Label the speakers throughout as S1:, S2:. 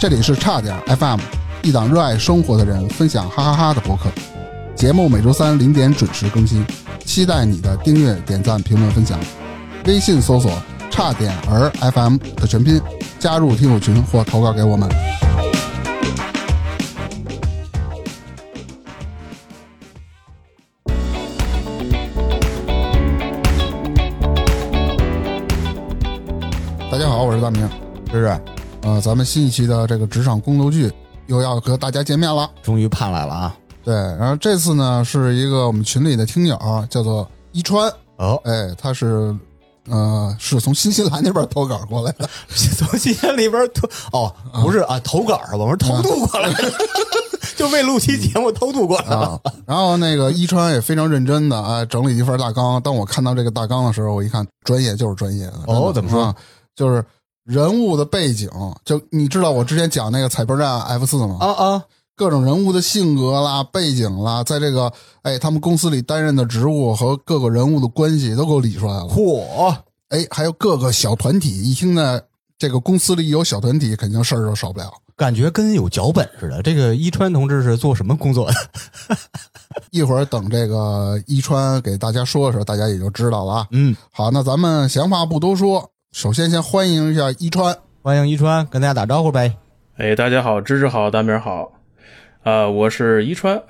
S1: 这里是差点 FM，一档热爱生活的人分享哈哈哈的博客。节目每周三零点准时更新，期待你的订阅、点赞、评论、分享。微信搜索“差点儿 FM” 的全拼，加入听友群或投稿给我们。大家好，我是大明。
S2: 芝芝，
S1: 呃，咱们新一期的这个职场宫斗剧又要和大家见面了。
S2: 终于盼来了啊！
S1: 对，然后这次呢是一个我们群里的听友啊、叫做一川，
S2: 哦，
S1: 哎，他是呃是从新西兰那边投稿过来的，
S2: 从今天里边偷哦，不是啊，投稿是吧？我说偷渡过来的， 就为录期节目偷渡过来了。
S1: 啊， 然后那个一川也非常认真的啊，整理一份大纲。当我看到这个大纲的时候，我一看，专业就是专业。真的
S2: 哦怎么说
S1: 啊就是人物的背景，就你知道我之前讲那个彩票站 F 四吗？
S2: 啊啊，
S1: 各种人物的性格啦、背景啦，在这个哎他们公司里担任的职务和各个人物的关系都给我理出来了。
S2: 嚯！
S1: 哎，还有各个小团体，一听呢，这个公司里有小团体，肯定事儿就少不了。
S2: 感觉跟有脚本似的。这个一川同志是做什么工作的？
S1: 一会儿等这个一川给大家说的时候，大家也就知道了啊。
S2: 嗯，
S1: 好，那咱们闲话不多说，首先先欢迎一下一川。
S2: 欢迎一川，跟大家打招呼呗。
S3: 哎，大家好，芝芝好，大明好，啊、我是一川，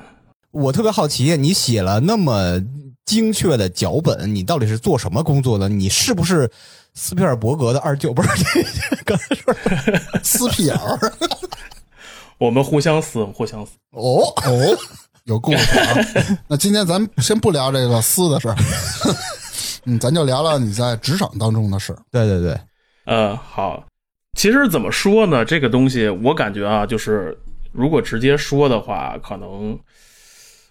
S2: 我特别好奇，你写了那么精确的脚本，你到底是做什么工作的？你是不是斯皮尔伯格的二舅？不是，刚才说
S1: 撕屁眼儿
S3: 我们互相撕，互相撕。
S2: 哦，
S1: 哦，有故事啊。那今天咱们先不聊这个撕的事儿， 嗯，咱就聊聊你在职场当中的事儿。
S2: 对对对，
S3: 呃，好，其实怎么说呢，这个东西我感觉啊，就是如果直接说的话，可能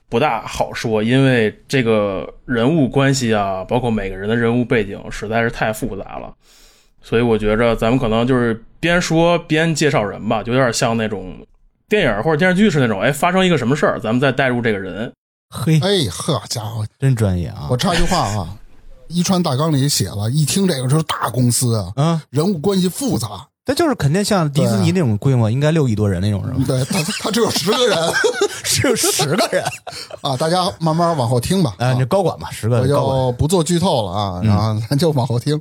S3: 不大好说，因为这个人物关系啊，包括每个人的人物背景实在是太复杂了，所以我觉着咱们可能就是边说边介绍人吧，就有点像那种电影或者电视剧是那种，哎，发生一个什么事儿，咱们再带入这个人。
S2: 嘿，
S1: 哎，呵家伙，
S2: 真专业啊
S1: 我！插句话啊，一川大纲里写了，一听这个就是大公司啊，
S2: 啊，
S1: 人物关系复杂，
S2: 这就是肯定像迪士尼那种规模，应该六亿多人那种是吧？
S1: 对他他只有十个人
S2: 是有十个 人
S1: 啊，大家慢慢往后听吧。
S2: 啊，
S1: 啊
S2: 这高管嘛，十个
S1: 我
S2: 人高管。嗯
S1: 就不做剧透了啊，然后咱就往后听。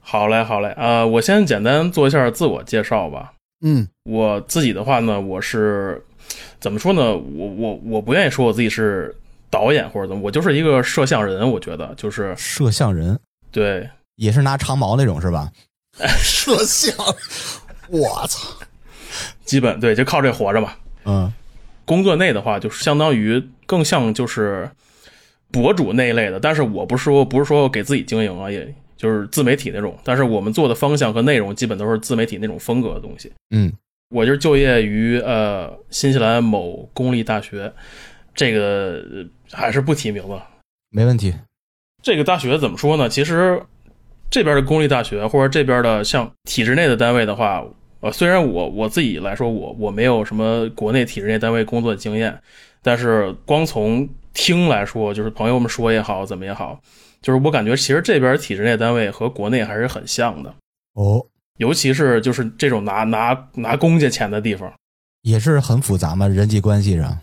S3: 好嘞，好嘞，啊，我先简单做一下自我介绍吧。
S1: 嗯
S3: 我自己的话呢，我是怎么说呢？我我我不愿意说我自己是导演或者怎么，我就是一个摄像人。我觉得就是
S2: 摄像人
S3: 对，
S2: 也是拿长矛那种是吧？
S1: 摄像，我操！
S3: 基本对，就靠这活着嘛。
S2: 嗯，
S3: 工作内的话，就是相当于更像就是博主那一类的，但是我不是说不是说给自己经营啊，也就是自媒体那种，但是我们做的方向和内容基本都是自媒体那种风格的东西。
S2: 嗯，
S3: 我就是就业于呃新西兰某公立大学，这个呃还是不提名了。
S2: 没问题。
S3: 这个大学怎么说呢？其实这边的公立大学或者这边的像体制内的单位的话，呃，虽然我我自己来说我我没有什么国内体制内单位工作的经验，但是光从听来说，就是朋友们说也好，怎么也好，就是我感觉其实这边体制内单位和国内还是很像的，
S2: 哦，
S3: 尤其是就是这种拿拿拿公家钱的地方。
S2: 也是很复杂嘛，人际关系上。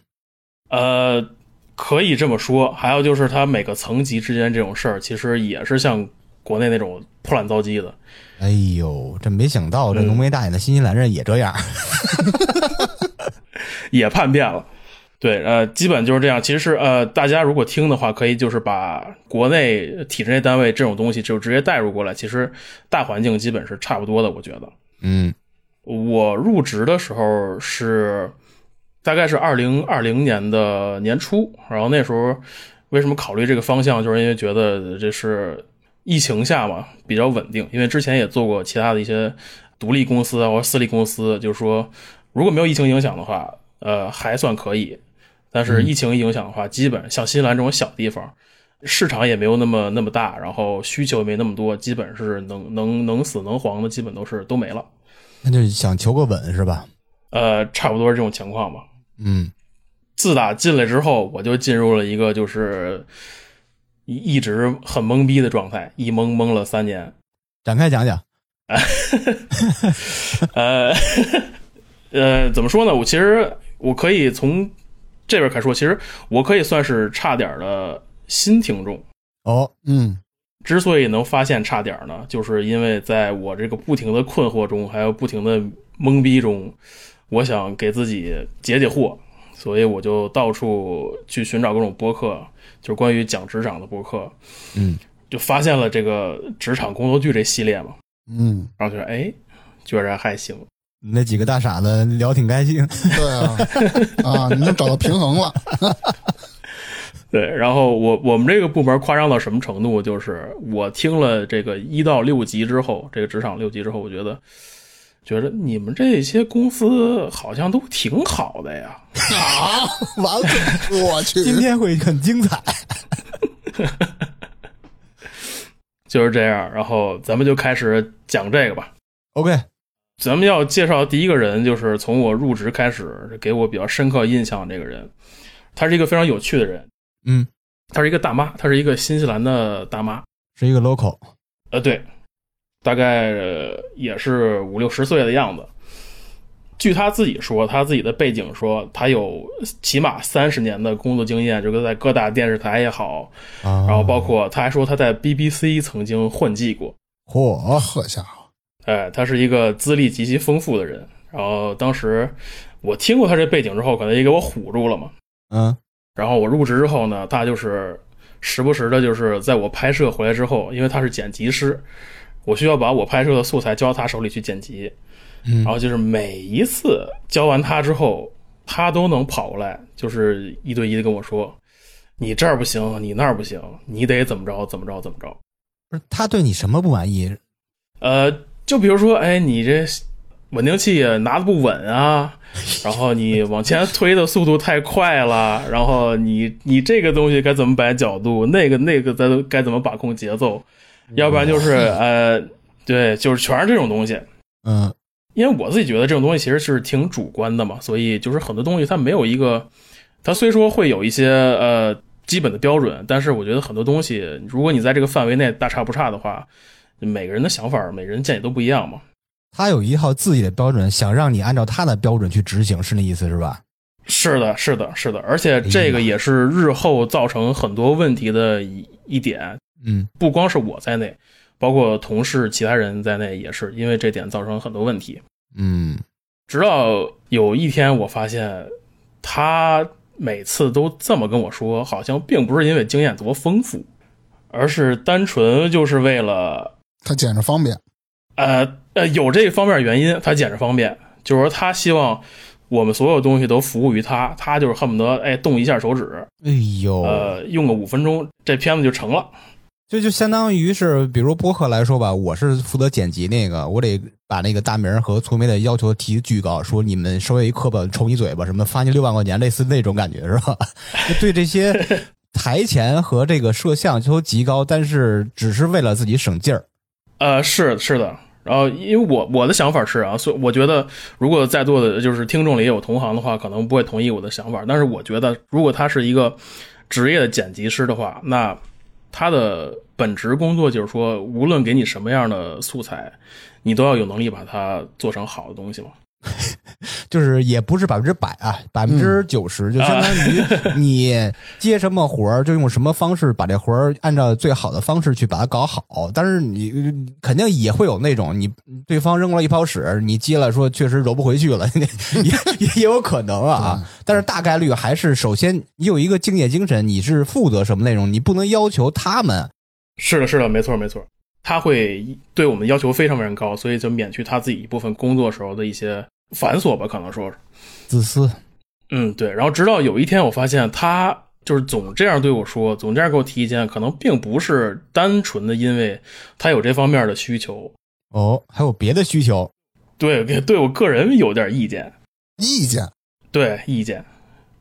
S3: 呃，可以这么说。还有就是，它每个层级之间这种事儿，其实也是像国内那种破烂糟鸡的。
S2: 哎呦，这没想到，这
S3: 嗯
S2: 浓眉大眼的新西兰人也这样。
S3: 也叛变了。对，呃，基本就是这样。其实，呃，大家如果听的话，可以就是把国内体制内单位这种东西就直接带入过来。其实大环境基本是差不多的，我觉得。
S2: 嗯，
S3: 我入职的时候是大概是二零二零年的年初，然后那时候为什么考虑这个方向，就是因为觉得这是疫情下嘛比较稳定，因为之前也做过其他的一些独立公司啊或者私立公司，就是说如果没有疫情影响的话，呃还算可以，但是疫情一影响的话，基本像新西兰这种小地方。市场也没有那么那么大，然后需求也没那么多，基本是能能能死能黄的，基本都是都没了。
S2: 那就想求个稳是吧？
S3: 呃，差不多是这种情况吧。
S2: 嗯，
S3: 自打进来之后，我就进入了一个就是一一直很懵逼的状态，一懵懵了三年。
S2: 展开讲讲。
S3: 呃，呃，怎么说呢？我其实我可以从这边开始说，其实我可以算是差点儿的新听众。
S2: 哦，
S1: 嗯
S3: 之所以能发现差点儿呢，就是因为在我这个不停的困惑中，还有不停的懵逼中，我想给自己解解惑，所以我就到处去寻找各种播客，就是关于讲职场的播客，
S2: 嗯，
S3: 就发现了这个职场宫斗剧这系列嘛，
S1: 嗯，
S3: 然后觉得哎，居然还行，
S2: 那几个大傻子聊挺开心，
S1: 对啊，啊，你能找到平衡了，
S3: 对，然后我我们这个部门夸张到什么程度？就是我听了这个一到六集之后，这个职场六集之后，我觉得觉得你们这些公司好像都挺好的呀。
S1: 啊，完了，我去，
S2: 今天会很精彩。
S3: 就是这样，然后咱们就开始讲这个吧。
S2: OK，
S3: 咱们要介绍第一个人，就是从我入职开始给我比较深刻印象的这个人，他是一个非常有趣的人，
S2: 嗯，
S3: 他是一个大妈，他是一个新西兰的大妈，
S2: 是一个 local，
S3: 呃，对，大概呃也是五六十岁的样子。据他自己说，他自己的背景说，他有起码三十年的工作经验，就是在各大电视台也好，
S2: 然
S3: 然后包括他还说他在 BBC 曾经混迹过。
S2: 嚯，
S1: 呵家伙，
S3: 哎，他是一个资历极其丰富的人。然后当时我听过他这背景之后，可能也给我唬住了嘛。
S2: 嗯，
S3: 然后我入职之后呢，他就是时不时的，就是在我拍摄回来之后，因为他是剪辑师，我需要把我拍摄的素材交到他手里去剪辑。
S2: 嗯
S3: 然后就是每一次教完他之后，他都能跑过来，就是一对一的跟我说：“你这儿不行，你那儿不行，你得怎么着怎么着怎么着。
S2: 不是他对你什么不满意？”
S3: 呃，就比如说，哎，你这稳定器拿的不稳啊，然后你往前推的速度太快了，然后你你这个东西该怎么摆角度，那个那个该该怎么把控节奏，要不然就是呃，对，就是全是这种东西。
S2: 嗯
S3: 因为我自己觉得这种东西其实是挺主观的嘛，所以就是很多东西它没有一个，它虽说会有一些呃基本的标准，但是我觉得很多东西，如果你在这个范围内大差不差的话，每个人的想法、每个人见解都不一样嘛。
S2: 他有一套自己的标准，想让你按照他的标准去执行，是那意思是吧？
S3: 是的，是的，是的，而且这个也是日后造成很多问题的一一点，
S2: 嗯，
S3: 不光是我在内，包括同事、其他人在内也是，因为这点造成很多问题。
S2: 嗯，
S3: 直到有一天，我发现他每次都这么跟我说，好像并不是因为经验多丰富，而是单纯就是为了
S1: 他捡着方便，
S3: 呃呃有这方面原因，他捡着方便，就是说他希望我们所有东西都服务于他，他就是恨不得哎动一下手指，
S2: 哎呦，
S3: 呃用个五分钟，这片子就成了。
S2: 这就相当于是，比如播客来说吧，我是负责剪辑那个，我得把那个大名儿和粗眉的要求提巨高，说你们稍微一磕巴抽你嘴巴什么，罚你六万块钱，类似那种感觉是 吧？对这些台前和这个摄像要求极高，但是只是为了自己省劲儿。
S3: 呃，是是的。然后，因为我我的想法是啊，所以我觉得，如果在座的就是听众里有同行的话，可能不会同意我的想法。但是我觉得，如果他是一个职业的剪辑师的话，那他的本职工作就是说，无论给你什么样的素材，你都要有能力把它做成好的东西嘛。
S2: 就是也不是百分之百啊，百分之九十，就相当于 你接什么活儿就用什么方式把这活儿按照最好的方式去把它搞好。但是你呃肯定也会有那种你对方扔过来一泡屎，你接了说确实揉不回去了， 也也也有可能啊。但是大概率还是首先你有一个敬业精神，你是负责什么内容，你不能要求他们。
S3: 是的，是的，没错，没错。他会对我们要求非常非常高，所以就免去他自己一部分工作时候的一些繁琐吧，可能说是。
S2: 自私，
S3: 嗯，对。然后直到有一天，我发现他就是总这样对我说，总这样给我提意见，可能并不是单纯的因为他有这方面的需求，
S2: 哦，还有别的需求，
S3: 对给对我个人有点意见，
S1: 意见，
S3: 对意见。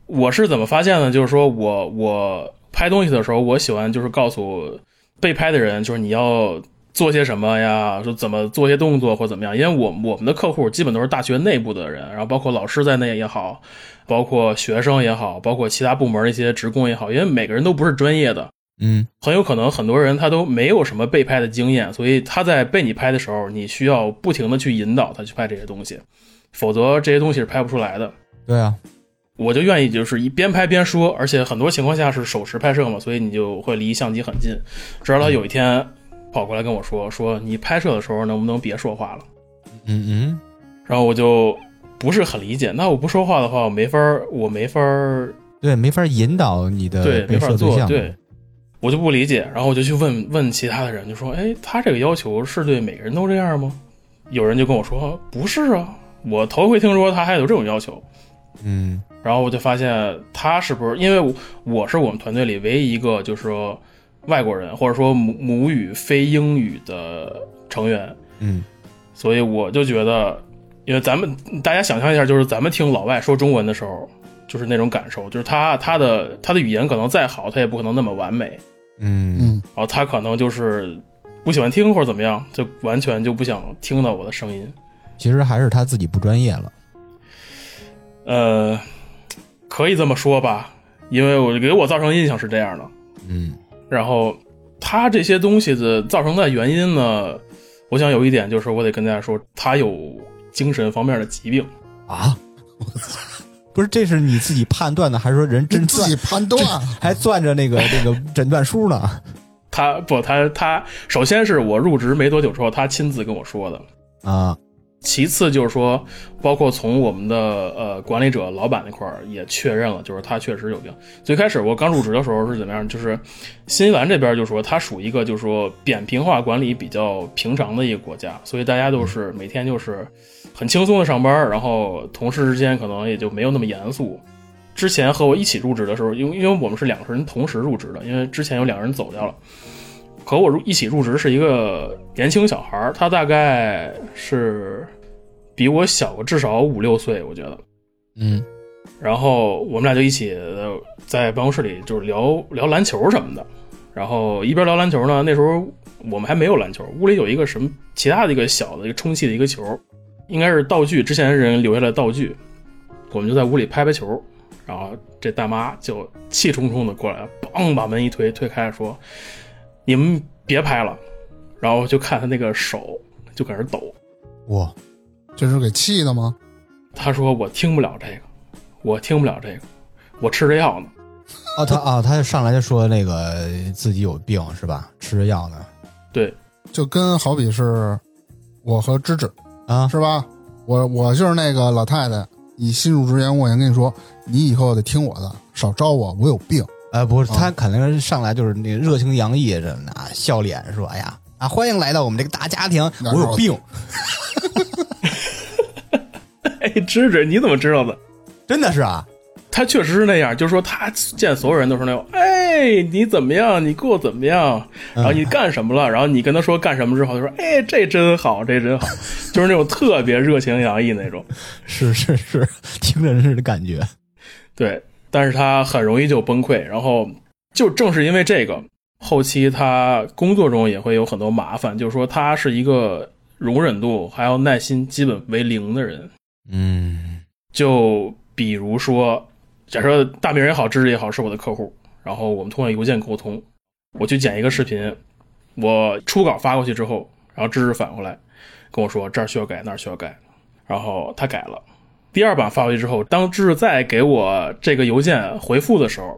S3: 我是怎么发现呢？就是说我我拍东西的时候，我喜欢就是告诉被拍的人，就是你要做些什么呀，说怎么做些动作或怎么样。因为我我们的客户基本都是大学内部的人，然后包括老师在内也好，包括学生也好，包括其他部门的一些职工也好，因为每个人都不是专业的，
S2: 嗯
S3: 很有可能很多人他都没有什么被拍的经验，所以他在被你拍的时候，你需要不停的去引导他去拍这些东西，否则这些东西是拍不出来的。
S2: 对啊，
S3: 我就愿意就是一边拍边说，而且很多情况下是手持拍摄嘛，所以你就会离相机很近，直到他有一天跑过来跟我说， 说你拍摄的时候能不能别说话了？
S2: 嗯嗯，
S3: 然后我就不是很理解，那我不说话的话，我没法儿，我没法儿
S2: 对，没法引导你
S3: 对，
S2: 的
S3: 没
S2: 呃被
S3: 法
S2: 摄对
S3: 做，
S2: 象，
S3: 对，我就不理解，然后我就去问问其他的人，就说，哎，他这个要求是对每个人都这样吗？有人就跟我说，不是啊，我头回听说他还有这种要求。
S2: 嗯
S3: 然后我就发现他是不是，因为我我是我们团队里唯一一个就是说外国人或者说母母语非英语的成员，
S2: 嗯
S3: 所以我就觉得，因为咱们大家想象一下，就是咱们听老外说中文的时候，就是那种感受，就是他他的他的语言可能再好，他也不可能那么完美，
S2: 嗯
S1: 嗯，
S3: 然后他可能就是不喜欢听或者怎么样，就完全就不想听到我的声音。
S2: 其实还是他自己不专业了，
S3: 呃，可以这么说吧，因为我给我造成印象是这样的。
S2: 嗯
S3: 然后他这些东西的造成的原因呢，我想有一点就是我得跟大家说，他有精神方面的疾病。
S2: 啊， 不是，这是你自己判断的，还是说人真
S1: 自己
S2: 攥
S1: 判断。
S2: 还攥着那个这个诊断书呢？
S3: 他不，他他首先是我入职没多久之后，他亲自跟我说的。
S2: 啊，
S3: 其次就是说，包括从我们的呃管理者、老板那块儿也确认了，就是他确实有病。最开始我刚入职的时候是怎么样？就是新西兰这边就说它属于一个就是说扁平化管理比较平常的一个国家，所以大家都是每天就是很轻松的上班，然后同事之间可能也就没有那么严肃。之前和我一起入职的时候，因为因为我们是两个人同时入职的，因为之前有两个人走掉了。和我入一起入职是一个年轻小孩儿，他大概是比我小个至少五六岁，我觉得。
S2: 嗯
S3: 然后我们俩就一起在办公室里就是聊聊篮球什么的，然后一边聊篮球呢，那时候我们还没有篮球，屋里有一个什么其他的一个小的一个充气的一个球，应该是道具，之前人留下来的道具，我们就在屋里拍拍球，然后这大妈就气冲冲的过来，梆把门一推，推开了说：“你们别拍了。”然后就看他那个手就搁那儿抖，
S2: 哇，
S1: 这是给气的吗？
S3: 他说：“我听不了这个，我听不了这个，我吃着药呢。
S2: 哦，他啊，他上来就说那个自己有病是吧？吃着药呢
S1: 就跟好比是我和芝芝
S2: 啊，
S1: 是吧？我我就是那个老太太，你新入职员工，我先跟你说，你以后得听我的，少招我，我有病。
S2: 呃，不是，
S1: 啊
S2: 他肯定是上来就是那个热情洋溢着呢，笑脸说：“哎呀啊，欢迎来到我们这个大家庭，
S1: 哪
S2: 我
S1: 有
S2: 有病，
S3: 哎，芝芝，你怎么知道的？
S2: 真的是啊，
S3: 他确实是那样，就是说他见所有人都是那种，哎，你怎么样？你过怎么样？然后你干什么了？然后你跟他说干什么之后，他说，哎，这真好，这真好， 就是那种特别热情洋溢那种。
S2: 是是是，听着是的感觉，
S3: 对，但是他很容易就崩溃，然后就正是因为这个，后期他工作中也会有很多麻烦，就是说他是一个容忍度还有耐心基本为零的人。
S2: 嗯
S3: 就比如说，假设大名也好，知识也好，是我的客户，然后我们通过邮件沟通，我去剪一个视频，我初稿发过去之后，然后知识返回来跟我说这儿需要改，那儿需要改，然后他改了。第二版发过去之后，当知识再给我这个邮件回复的时候，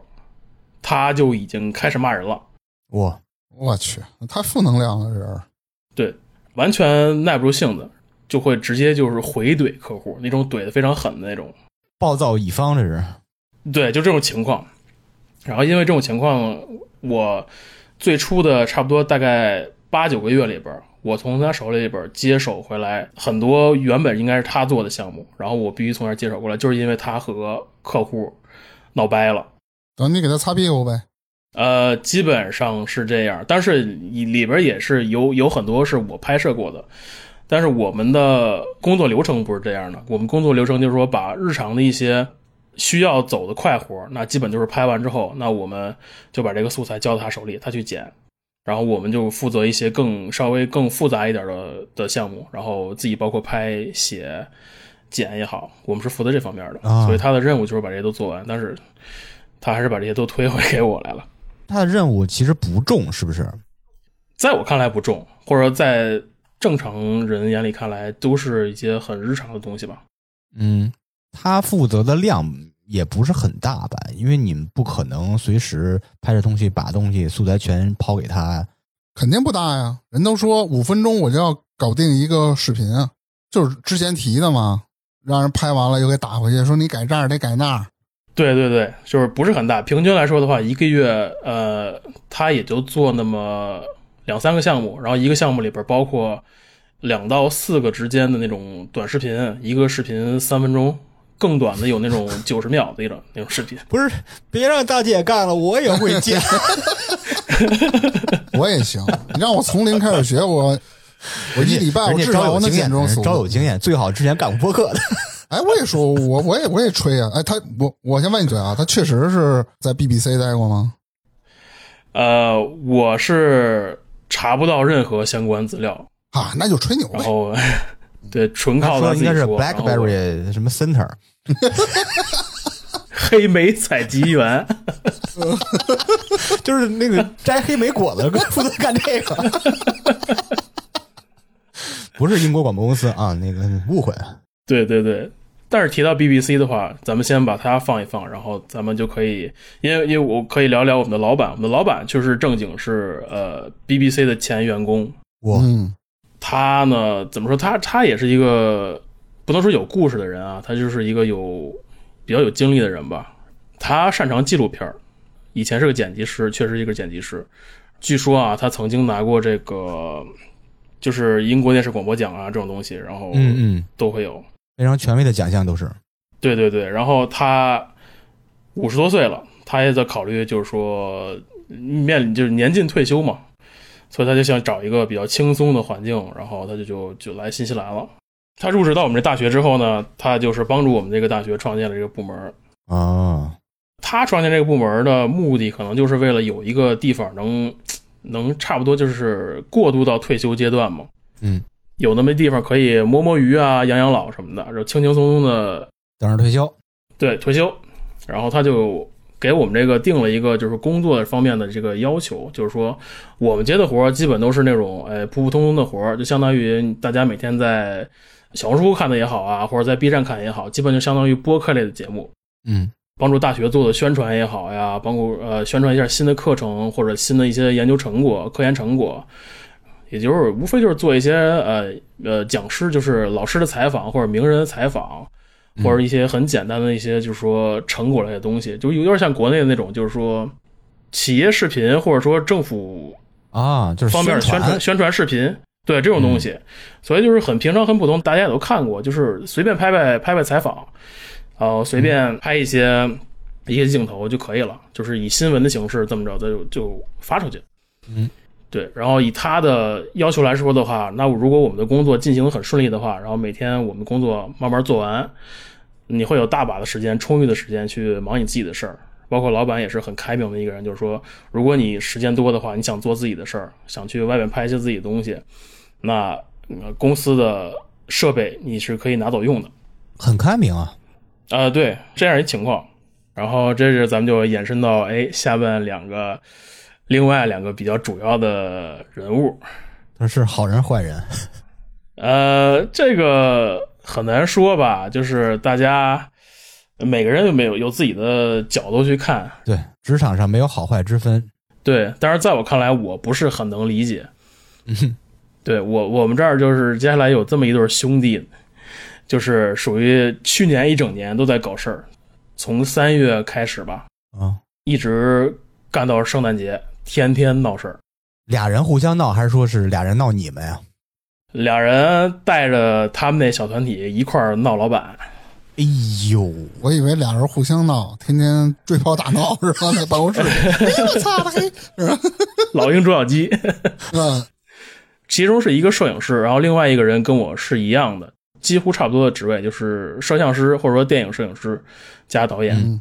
S3: 他就已经开始骂人了，
S2: 哇，
S1: 我去，太负能量了，这人。
S3: 完全耐不住性子，就会直接就是回怼客户，那种怼的非常狠的那种。
S2: 暴躁乙方这是，
S3: 对，就这种情况。然后因为这种情况，我最初的差不多大概八九个月里边儿，我从他手里边儿接手回来很多原本应该是他做的项目，然后我必须从那儿接手过来，就是因为他和客户闹掰了。
S1: 等你给他擦屁股呗。
S3: 呃，基本上是这样，但是里里边也是有有很多是我拍摄过的，但是我们的工作流程不是这样的。我们工作流程就是说，把日常的一些需要走的快活，那基本就是拍完之后，那我们就把这个素材交到他手里，他去剪，然后我们就负责一些更稍微更复杂一点的的项目，然后自己包括拍、写、剪也好，我们是负责这方面的，
S2: 啊
S3: 所以他的任务就是把这些都做完，但是他还是把这些都推回给我来了。
S2: 它的任务其实不重，是不是？
S3: 在我看来不重，或者在正常人眼里看来都是一些很日常的东西吧。
S2: 嗯，它负责的量也不是很大吧，因为你们不可能随时拍摄东西把东西素材全抛给他。
S1: 肯定不大呀。人都说五分钟我就要搞定一个视频啊，就是之前提的嘛，让人拍完了又给打回去，说你改这儿得改那儿。
S3: 对对对，就是不是很大。平均来说的话，一个月，呃，他也就做那么两三个项目，然后一个项目里边包括两到四个之间的那种短视频，一个视频三分钟，更短的有那种九十秒的那种那种视频。
S2: 不是，别让大姐干了，我也会剪。
S1: 我也行，你让我从零开始学，我我一礼拜
S2: 人
S1: 我
S2: 家
S1: 至
S2: 招
S1: 少
S2: 有
S1: 我能
S2: 经验
S1: 剪
S2: 的
S1: 成
S2: 人，
S1: 速
S2: 招
S1: 度。
S2: 有经验，最好之前干过播客的。
S1: 哎，我也说，我我也我也吹啊。哎，他我我先问一嘴啊，他确实是在 BBC 待过吗？
S3: 呃，我是查不到任何相关资料，
S1: 啊，那就吹牛
S3: 然
S1: 呗。
S3: 后 对纯靠
S2: 说
S3: 他
S2: 的
S3: 自
S2: 应该
S3: 己
S2: 是
S3: 说然后我
S2: BlackBerry 什么 Center，
S3: 黑莓采集 员。
S2: 就是那个摘黑莓果子，负责干这个。 不是英国广播公司啊，那个误会。
S3: 对对对，但是提到 BBC 的话，咱们先把它放一放，然后咱们就可以，因为因为我可以聊聊我们的老板，我们的老板就是正经是呃 BBC 的前员工，
S2: 我
S1: 嗯，
S3: 他呢怎么说，他他也是一个不能说有故事的人啊，他就是一个有比较有经历的人吧，他擅长纪录片儿，以前是个剪辑师，确实是一个剪辑师，据说啊，他曾经拿过这个。就是英国电视广播奖啊，这种东西，然后
S2: 嗯嗯，
S3: 都会有。
S2: 非常权威的奖项都是。
S3: 对对对，然后他五十多岁了，他也在考虑，就是说面临就是年近退休嘛，所以他就想找一个比较轻松的环境，然后他就就就来新西兰了。他入职到我们这大学之后呢，他就是帮助我们这个大学创建了这个部门儿。
S2: 哦，
S3: 他创建这个部门儿的目的，可能就是为了有一个地方能能差不多就是过渡到退休阶段嘛。
S2: 嗯，
S3: 有那么地方可以摸摸鱼啊、养养老什么的，然后轻轻松松的
S2: 等着退休。
S3: 对，退休，然后他就给我们这个定了一个就是工作方面的这个要求，就是说我们接的活儿基本都是那种哎普普通通的活儿，就相当于大家每天在小红书看的也好啊，或者在 B 站看也好，基本就相当于播客类的节目，
S2: 嗯
S3: 帮助大学做的宣传也好呀，帮助呃宣传一下新的课程或者新的一些研究成果、科研成果。也就是无非就是做一些呃呃讲师就是老师的采访或者名人的采访，
S2: 嗯
S3: 或者一些很简单的一些，就是说成果类的东西，就有点像国内的那种，就是说企业视频或者说政府
S2: 啊，就是
S3: 方面的宣
S2: 传嗯
S3: 传宣传视频，对这种东西，所以就是很平常很普通，大家也都看过，就是随便拍拍拍拍采访，呃，
S2: 嗯
S3: 随便拍一些一些镜头就可以了，就是以新闻的形式这么着就就发出去。
S2: 嗯，
S3: 对。然后以他的要求来说的话，那如果我们的工作进行的很顺利的话，然后每天我们工作慢慢做完，你会有大把的时间、充裕的时间去忙你自己的事儿。包括老板也是很开明的一个人，就是说，如果你时间多的话，你想做自己的事儿，想去外面拍一些自己的东西，那、呃公司的设备你是可以拿走用的。
S2: 很开明啊。
S3: 啊、对，这样一情况。然后这是咱们就延伸到哎下面两个，另外两个比较主要的人物。
S2: 他是好人坏人，
S3: 呃，这个很难说吧，就是大家每个人有没有有自己的角度去看。
S2: 对，职场上没有好坏之分。
S3: 对，但是在我看来，我不是很能理解。
S2: 嗯哼
S3: 对我我们这儿就是接下来有这么一对兄弟，就是属于去年一整年都在搞事儿，从三月开始吧，
S2: 啊，
S3: 一直干到圣诞节，天天闹事儿。
S2: 俩人互相闹，还是说是俩人闹你们呀？
S3: 俩人带着他们那小团体一块儿闹老板，
S2: 哎呦，
S1: 我以为俩人互相闹，天天追跑打闹是吧？在办公室里，哎呦我操他嘿，
S3: 老鹰捉小鸡。
S1: 嗯，
S3: 其中是一个摄影师，然后另外一个人跟我是一样的，几乎差不多的职位，就是摄像师或者说电影摄影师加导演。
S1: 嗯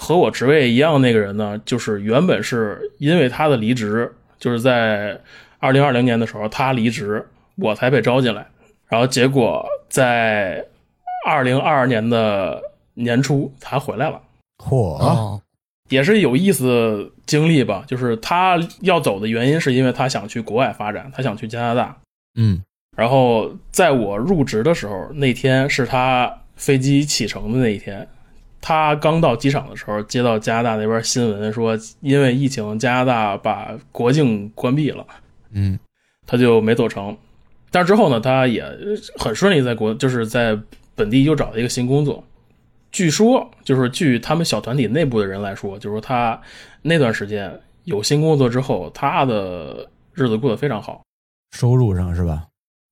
S3: 和我职位一样那个人呢，就是原本是因为他的离职，就是在二零二零年的时候他离职，我才被招进来。然后结果在二零二二年的年初他回来了，
S2: 嚯、
S1: 哦，
S3: 也是有意思经历吧。就是他要走的原因是因为他想去国外发展，他想去加拿大。
S2: 嗯
S3: 然后在我入职的时候，那天是他飞机启程的那一天。他刚到机场的时候，接到加拿大那边新闻说，因为疫情，加拿大把国境关闭了，
S2: 嗯
S3: 他就没走成。但是之后呢，他也很顺利在国，就是在本地又找了一个新工作。据说，就是据他们小团体内部的人来说，就是说他那段时间有新工作之后，他的日子过得非常好。
S2: 收入上是吧？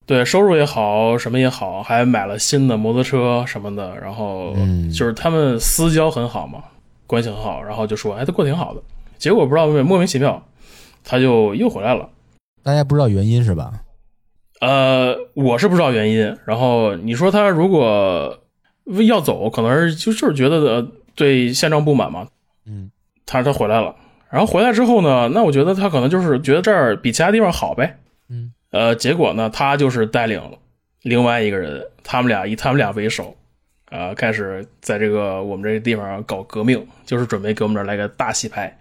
S3: 对，收入也好，什么也好，还买了新的摩托车什么的，然后
S2: 嗯
S3: 就是他们私交很好嘛，关系很好，然后就说，哎，他过得挺好的。结果不知道为什么莫名其妙，他就又回来了。
S2: 大家不知道原因是吧？
S3: 呃，我是不知道原因。然后你说他如果要走，可能是就就是觉得呃对现状不满嘛。
S2: 嗯，
S3: 他他回来了，然后回来之后呢，那我觉得他可能就是觉得这儿比其他地方好呗。
S2: 嗯，
S3: 呃，结果呢，他就是带领了另外一个人，他们俩以他们俩为首，呃，开始在这个我们这个地方搞革命，就是准备给我们这儿来个大洗牌。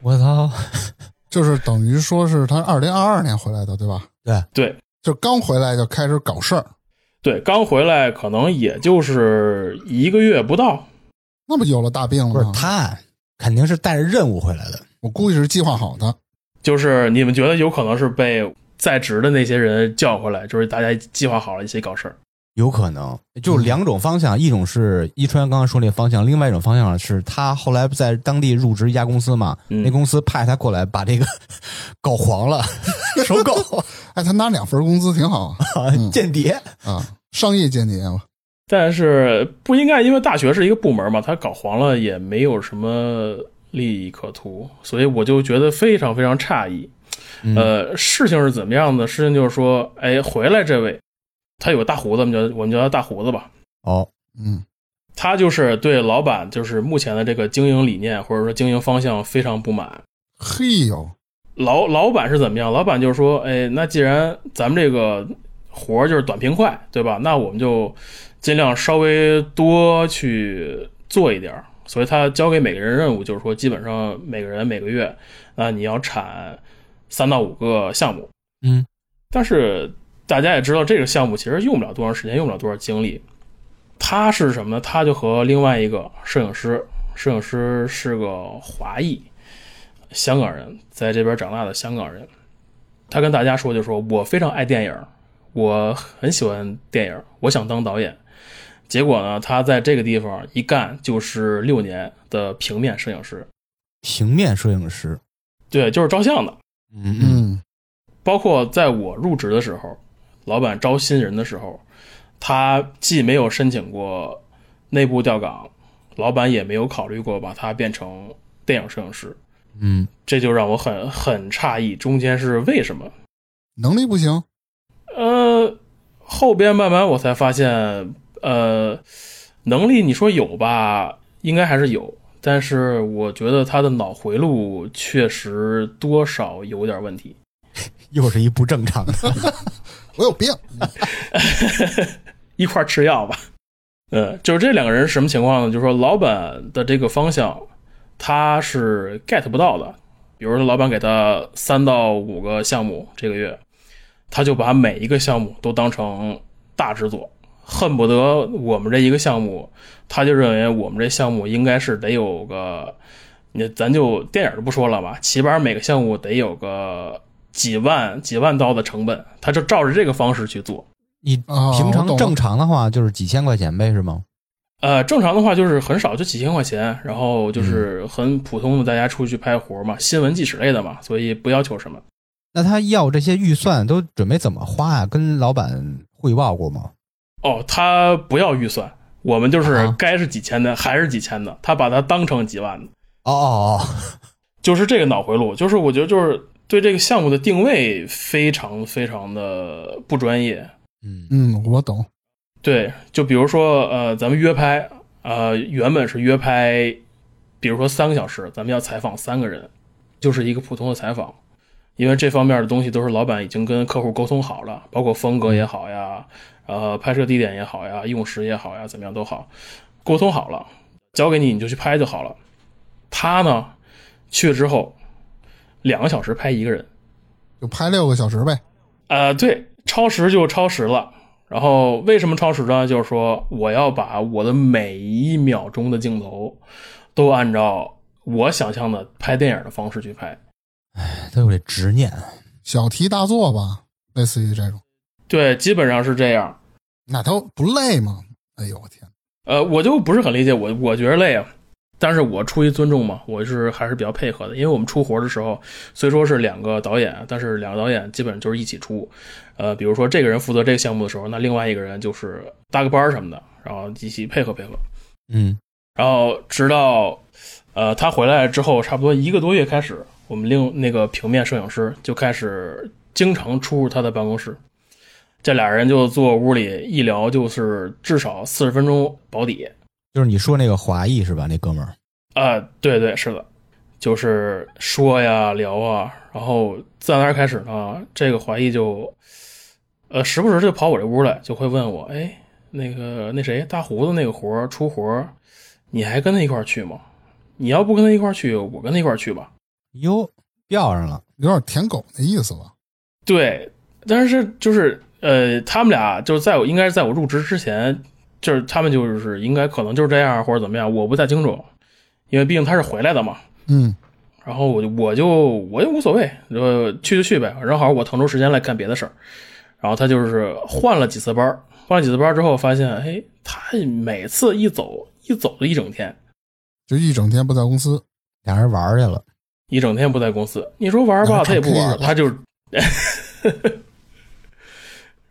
S2: 我操！
S1: 就是等于说是他二零二二年回来的，对吧？
S3: 对，
S1: 就刚回来就开始搞事儿，
S3: 对，刚回来可能也就是一个月不到，
S1: 那不有了大病
S2: 不
S1: 了
S2: 是
S1: 吗？
S2: 他肯定是带着任务回来的，
S1: 我估计是计划好的。
S3: 就是你们觉得有可能是被在职的那些人叫回来，就是大家计划好了一起搞事儿。
S2: 有可能就两种方向，一种是一川刚刚说那方向，另外一种方向是他后来在当地入职一家公司嘛，
S3: 嗯
S2: 那公司派他过来把这个 搞黄 了，收购
S1: 哎，他拿两份工资挺 好啊，嗯
S2: 间谍，
S1: 啊，商业间谍嘛。
S3: 但是不应该，因为大学是一个部门嘛，他搞黄了也没有什么利益可图，所以我就觉得非常非常诧异。
S2: 嗯
S3: 呃，事情是怎么样的？事情就是说，哎，回来这位，他有个大胡子，我们叫我们叫他大胡子吧。
S2: 哦，
S1: 嗯，
S3: 他就是对老板就是目前的这个经营理念或者说经营方向非常不满，
S1: 嘿呦，
S3: 老老板是怎么样？老板就说：“哎，那既然咱们这个活儿就是短平快，对吧？那我们就尽量稍微多去做一点儿。所以他交给每个人任务，就是说，基本上每个人每个月，那你要产三到五个项目。
S2: 嗯，
S3: 但是大家也知道，这个项目其实用不了多长时间，用不了多少精力。他是什么呢？他就和另外一个摄影师，摄影师是个华裔，香港人，在这边长大的香港人，他跟大家说就说我非常爱电影，我很喜欢电影，我想当导演。结果呢，他在这个地方一干就是六年的平面摄影师，
S2: 平面摄影师，
S3: 对，就是照相的。
S2: 嗯嗯，
S1: 嗯，
S3: 包括在我入职的时候，老板招新人的时候，他既没有申请过内部调岗，老板也没有考虑过把他变成电影摄影师，
S2: 嗯，
S3: 这就让我很很诧异，中间是为什么？
S1: 能力不行，
S3: 呃，后边慢慢我才发现，呃，能力你说有吧，应该还是有，但是我觉得他的脑回路确实多少有点问题。
S2: 又是一不正常的，
S1: 我有病。
S3: 一块儿吃药吧。嗯，就是这两个人是什么情况呢？就是说老板的这个方向他是 get 不到的。比如说老板给他三到五个项目这个月，他就把每一个项目都当成大制作，恨不得我们这一个项目，他就认为我们这项目应该是得有个，你咱就电影儿就不说了吧，起码每个项目得有个几万几万刀的成本，他就照着这个方式去做。
S2: 你
S1: 啊
S2: 平常
S1: 我懂了
S2: 正常的话就是几千块钱呗，是吗？
S3: 呃，正常的话就是很少，就几千块钱，然后就是很普通的，大家出去拍活嘛，新闻纪实类的嘛，所以不要求什么。
S2: 那他要这些预算都准备怎么花啊？跟老板汇报过吗？
S3: 哦，他不要预算，我们就是
S2: 啊
S3: 该是几千的、还是几千的，他把它当成几万的，
S2: 哦哦哦，
S3: 就是这个脑回路，就是我觉得就是对这个项目的定位非常非常的不专业，
S2: 嗯
S1: 嗯，我懂。
S3: 对，就比如说，呃，咱们约拍，呃，原本是约拍，比如说三个小时，咱们要采访三个人，就是一个普通的采访，因为这方面的东西都是老板已经跟客户沟通好了，包括风格也好呀，呃，拍摄地点也好呀，用时也好呀，怎么样都好，沟通好了，交给你你就去拍就好了。他呢去之后两个小时拍一个人，
S1: 就拍六个小时呗。
S3: 呃，对，超时就超时了。然后为什么超时呢？就是说我要把我的每一秒钟的镜头都按照我想象的拍电影的方式去拍。
S2: 他有这执念，
S1: 小题大做吧，类似于这种，
S3: 对，基本上是这样。
S1: 那都不累吗？哎呦我天，
S3: 呃，我就不是很理解，我我觉得累啊，但是我出于尊重嘛，我是还是比较配合的，因为我们出活的时候，虽说是两个导演，但是两个导演基本就是一起出，呃，比如说这个人负责这个项目的时候，那另外一个人就是搭个班儿什么的，然后一起配合配合，
S2: 嗯，
S3: 然后直到呃他回来之后，差不多一个多月开始，我们另那个平面摄影师就开始经常出入他的办公室，这俩人就坐屋里一聊，就是至少四十分钟保底。
S2: 就是你说那个华裔是吧？那哥们儿，
S3: 啊，对对，是的，就是说呀聊啊，然后自然而然开始呢，这个华裔就，呃，时不时就跑我这屋来，就会问我，哎，那个那谁大胡子那个活儿出活儿，你还跟他一块儿去吗？你要不跟他一块儿去，我跟他一块儿去吧。
S2: 哟，钓上了，
S1: 有点舔狗那意思吧？
S3: 对，但是就是呃，他们俩就是在我应该是在我入职之前，就是他们就是应该可能就是这样啊或者怎么样，我不太清楚，因为毕竟他是回来的嘛。
S1: 嗯，
S3: 然后我就我就我也无所谓，呃，去就去呗，正好我腾出时间来干别的事儿。然后他就是换了几次班儿，换了几次班儿之后发现，哎，他每次一走一走就一整天，
S1: 就一整天不在公司，
S2: 俩人玩儿去了，
S3: 一整天不在公司。你说玩儿吧，
S1: 那
S3: 他也不玩儿，
S1: 太
S3: 他就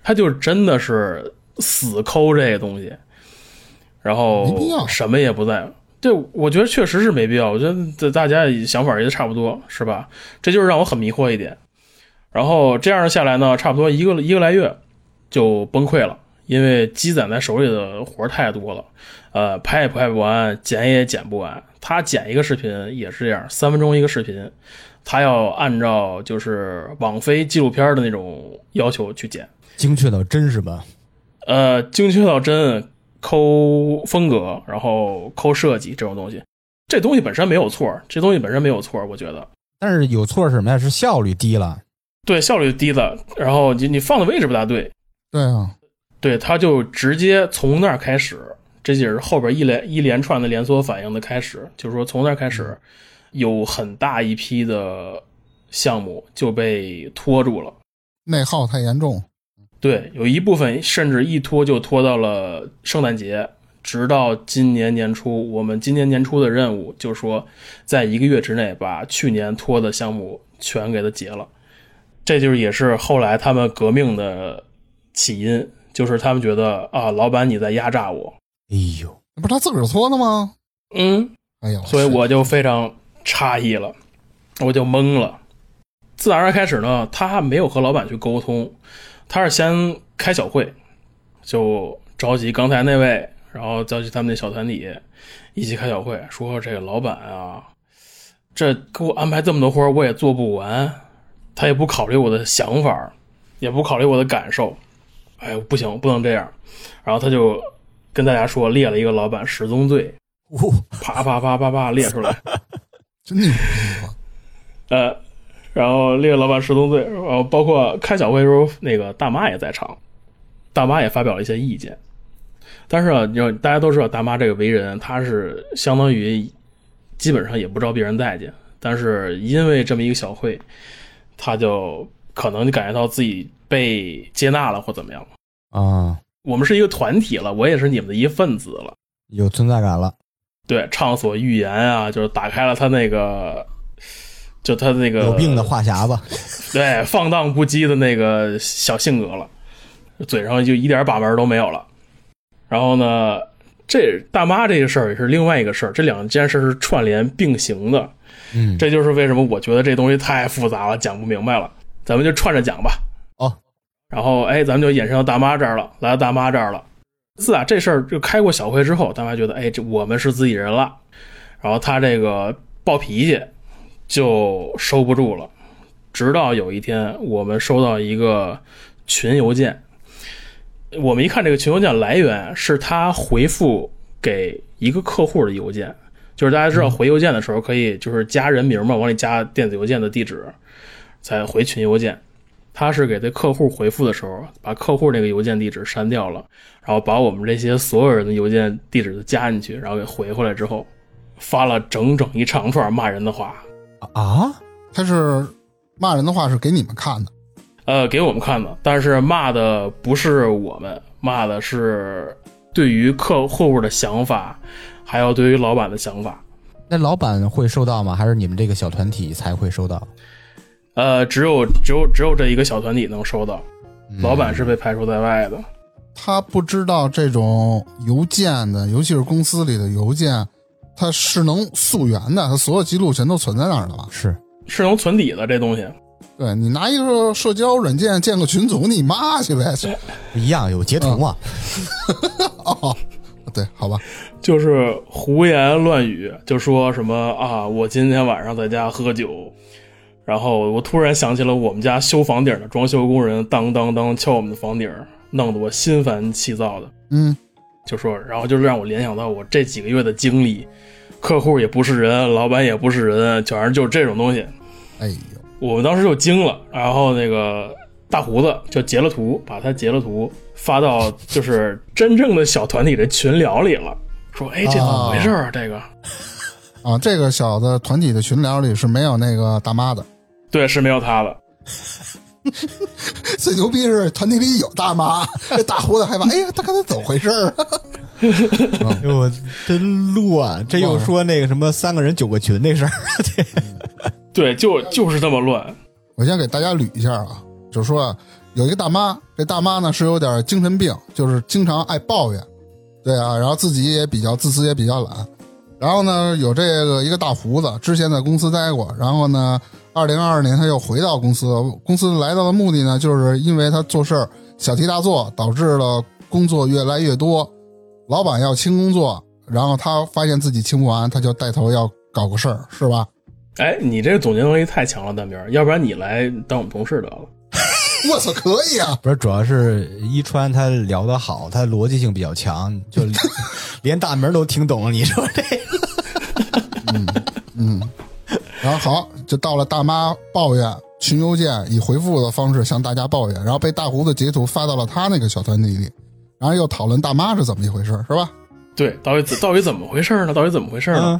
S3: 他就真的是死抠这个东西，然后
S1: 没必要
S3: 什么也不在。对，我觉得确实是没必要。我觉得这大家想法也都差不多，是吧？这就是让我很迷惑一点。然后这样下来呢，差不多一个一个来月就崩溃了，因为积攒在手里的活儿太多了，呃，拍也拍不完，剪也剪不完。他剪一个视频也是这样，三分钟一个视频，他要按照就是网飞纪录片儿的那种要求去剪，
S2: 精确到真是吧？
S3: 呃，精确到真，抠风格，然后抠设计这种东西，这东西本身没有错，这东西本身没有错，我觉得
S2: 但是有错是什么呀？是效率低了，
S3: 对效率低的，然后你你放的位置不大对，
S1: 对啊，
S3: 对，他就直接从那儿开始，这就是后边一连一连串的连锁反应的开始，就是说从那儿开始，有很大一批的项目就被拖住了。
S1: 内耗太严重，
S3: 对，有一部分甚至一拖就拖到了圣诞节，直到今年年初。我们今年年初的任务就是说，在一个月之内把去年拖的项目全给它结了。这就是也是后来他们革命的起因，就是他们觉得啊，老板你在压榨我，
S2: 哎呦，
S1: 那不是他自个儿搓的吗？
S3: 嗯，
S1: 哎呦，
S3: 所以
S1: 是
S3: 我就非常诧异了，我就懵了。自然而然开始呢，他没有和老板去沟通，他是先开小会，就召集刚才那位，然后召集他们那小团体一起开小会，说这个老板啊，这给我安排这么多活儿我也做不完，他也不考虑我的想法儿，也不考虑我的感受，哎呦，不行，不能这样。然后他就跟大家说列了一个老板十宗罪，
S2: 哦，
S3: 啪啪啪啪啪列出来，
S1: 真牛逼吧？
S3: 呃，然后列老板十宗罪，然后包括开小会的时候，那个大妈也在场，大妈也发表了一些意见。但是啊，你知道，大家都知道大妈这个为人，她是相当于基本上也不招别人待见，但是因为这么一个小会，她就可能就感觉到自己被接纳了或怎么样。
S2: 啊，
S3: 我们是一个团体了，我也是你们的一份子了。
S2: 有存在感了，
S3: 对，畅所欲言啊，就是打开了他那个，就他那个
S2: 有病的话匣子，
S3: 对，放荡不羁的那个小性格了，嘴上就一点把门都没有了。然后呢，这大妈这个事儿也是另外一个事儿，这两件事是串联并行的。
S2: 嗯，
S3: 这就是为什么我觉得这东西太复杂了，讲不明白了。咱们就串着讲吧。
S2: 哦，
S3: 然后哎，咱们就衍生到大妈这儿了，来到大妈这儿了。自打这事儿就开过小会之后，大妈觉得哎，这我们是自己人了。然后她这个暴脾气就收不住了，直到有一天我们收到一个群邮件，我们一看这个群邮件来源是她回复给一个客户的邮件，就是大家知道回邮件的时候可以就是加人名嘛，往里加电子邮件的地址，才回群邮件。他是给这客户回复的时候，把客户那个邮件地址删掉了，然后把我们这些所有人的邮件地址都加进去，然后给回回来之后，发了整整一长串骂人的话，
S2: 啊，
S1: 他是骂人的话是给你们看的，
S3: 呃，给我们看的，但是骂的不是我们，骂的是对于客户的想法，还有对于老板的想法。
S2: 那老板会收到吗？还是你们这个小团体才会收到？
S3: 呃，只有只有只有这一个小团体能收到，嗯老板是被排除在外的。
S1: 他不知道这种邮件的，尤其是公司里的邮件，它是能溯源的，它所有记录全都存在那儿的嘛。
S2: 是
S3: 是能存底的这东西，
S1: 对你拿一个社交软件建个群组，你骂去呗。
S2: 不一样，有截图啊嘛？
S1: 哦，对，好吧，
S3: 就是胡言乱语，就说什么啊，我今天晚上在家喝酒，然后我突然想起了我们家修房顶的装修工人当当当敲我们的房顶，弄得我心烦气躁的。
S1: 嗯，
S3: 就说，然后就让我联想到我这几个月的经历，客户也不是人，老板也不是人，反正就是这种东西。
S1: 哎呦，
S3: 我们当时就惊了，然后那个大胡子就截了图，把他截了图发到就是真正的小团体的群聊里了，说：“哎，这怎么回事儿啊？这个
S1: 啊，这个小的团体的群聊里是没有那个大妈的，
S3: 对是没有他的，
S1: 最牛逼是团体里有大妈，这大胡子害怕，哎呀，他刚才怎么回事儿？
S2: 哎呦，我真乱！这又说那个什么三个人九个群那事儿，
S3: 对，就就是这么乱。
S1: 我先给大家捋一下啊，就说啊有一个大妈，这大妈呢是有点精神病，就是经常爱抱怨，对啊，然后自己也比较自私，也比较懒。然后呢，有这个一个大胡子，之前在公司待过，然后呢，二零二二年他又回到公司，公司来到的目的呢，就是因为他做事儿小题大做，导致了工作越来越多，老板要清工作，然后他发现自己清不完，他就带头要搞个事儿，是吧？”
S3: 哎，你这个总结能力太强了，蛋明儿，要不然你来当我们同事得了。
S1: 我操，可以啊！
S2: 不是主要是一川他聊得好，他逻辑性比较强，就 连大名都听懂了。你说这
S1: 然后好，就到了大妈抱怨群邮件，以回复的方式向大家抱怨，然后被大胡子截图发到了他那个小团体里，然后又讨论大妈是怎么一回事儿，是吧？
S3: 对，到底怎到底怎么回事呢？到底怎么回事呢？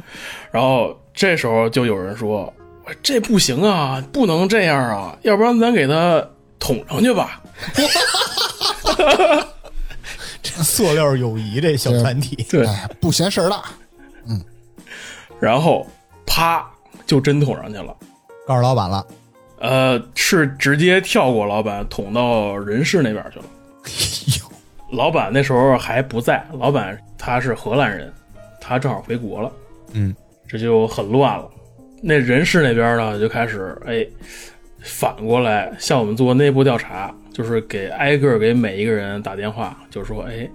S3: 然后这时候就有人说：“哎这不行啊，不能这样啊，要不然咱给他捅上去吧。”
S2: 这塑料友谊这小团 体，
S3: 对，
S1: 哎，不嫌事儿大，
S3: 然后啪就真捅上去了。
S2: 告诉老板了，
S3: 呃，是直接跳过老板，捅到人事那边去了。老板那时候还不在，老板他是荷兰人，他正好回国了。
S2: 嗯，
S3: 这就很乱了。那人事那边呢，就开始哎，反过来向我们做内部调查，就是给挨个儿给每一个人打电话，就说哎，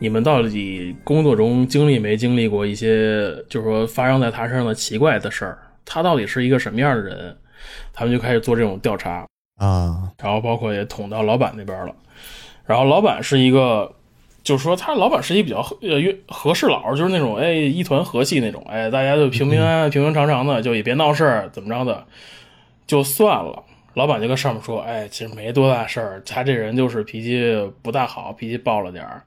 S3: 你们到底工作中经历没经历过一些，就是说发生在他身上的奇怪的事儿？他到底是一个什么样的人？他们就开始做这种调查。
S2: 啊，
S3: 然后包括也捅到老板那边了。然后老板是一个，就是说他老板是一比较和呃约和事佬，就是那种哎一团和气那种，哎大家就平平安安、平平常常的，就也别闹事儿，怎么着的，就算了。老板就跟上面说，哎，其实没多大事儿，他这人就是脾气不大好，脾气暴了点儿，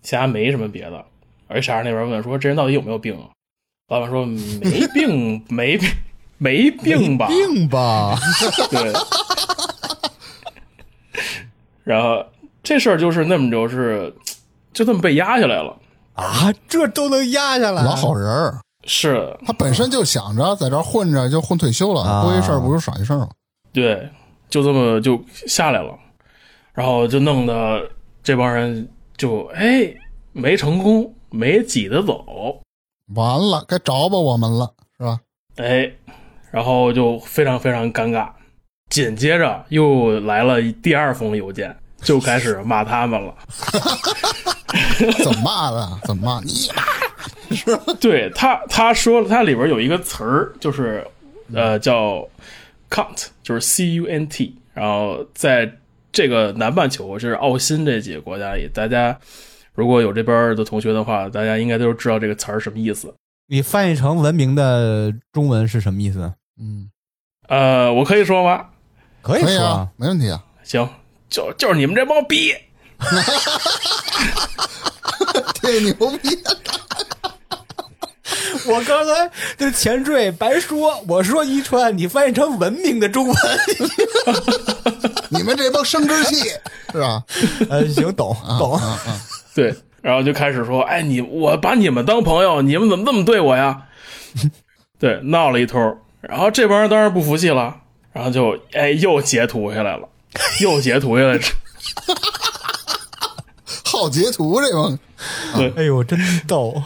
S3: 其他没什么别的。而 HR 那边问说，这人到底有没有病啊？老板说没病，没病，没病吧？
S2: 病吧？
S3: 对。 然后这事儿就是那么着是，就这么被压下来了。
S2: 啊，这都能压下来，
S1: 老好人儿，
S3: 是，
S1: 他本身就想着在这儿混着就混退休了，
S2: 啊
S1: 多一事儿不如少一事儿嘛。
S3: 对，就这么就下来了，然后就弄得这帮人就哎没成功，没挤得走，
S1: 完了，该着吧我们了，是吧？
S3: 哎，然后就非常非常尴尬。紧接着又来了第二封邮件，就开始骂他们了。
S1: 怎么骂的？怎么骂？ 你骂
S3: 对他，他说了，他里边有一个词儿，就是呃叫 cunt，就是 c u n t，然后在这个南半球，就是澳新这几个国家里，大家如果有这边的同学的话，大家应该都知道这个词儿什么意思。
S2: 你翻译成文明的中文是什么意思？
S1: 嗯，
S3: 呃，我可以说吗？
S2: 可以
S1: 可以
S2: 说
S1: 啊
S2: 啊，，
S1: 没问题 啊。
S3: 行，就就是你们这帮逼，
S1: 这牛逼！啊
S2: 我刚才这前缀白说，我说一川，你翻译成文明的中文，
S1: 你们这帮生 殖器是吧？
S2: 呃，行，懂懂，
S1: 啊啊！
S3: 对，然后就开始说，哎，你我把你们当朋友，你们怎么这么对我呀？ 对，闹了一通，然后这帮人当然不服气了，然后就哎又截图下来了，又截图下来，
S1: 好截图这帮
S2: 哎呦，真逗，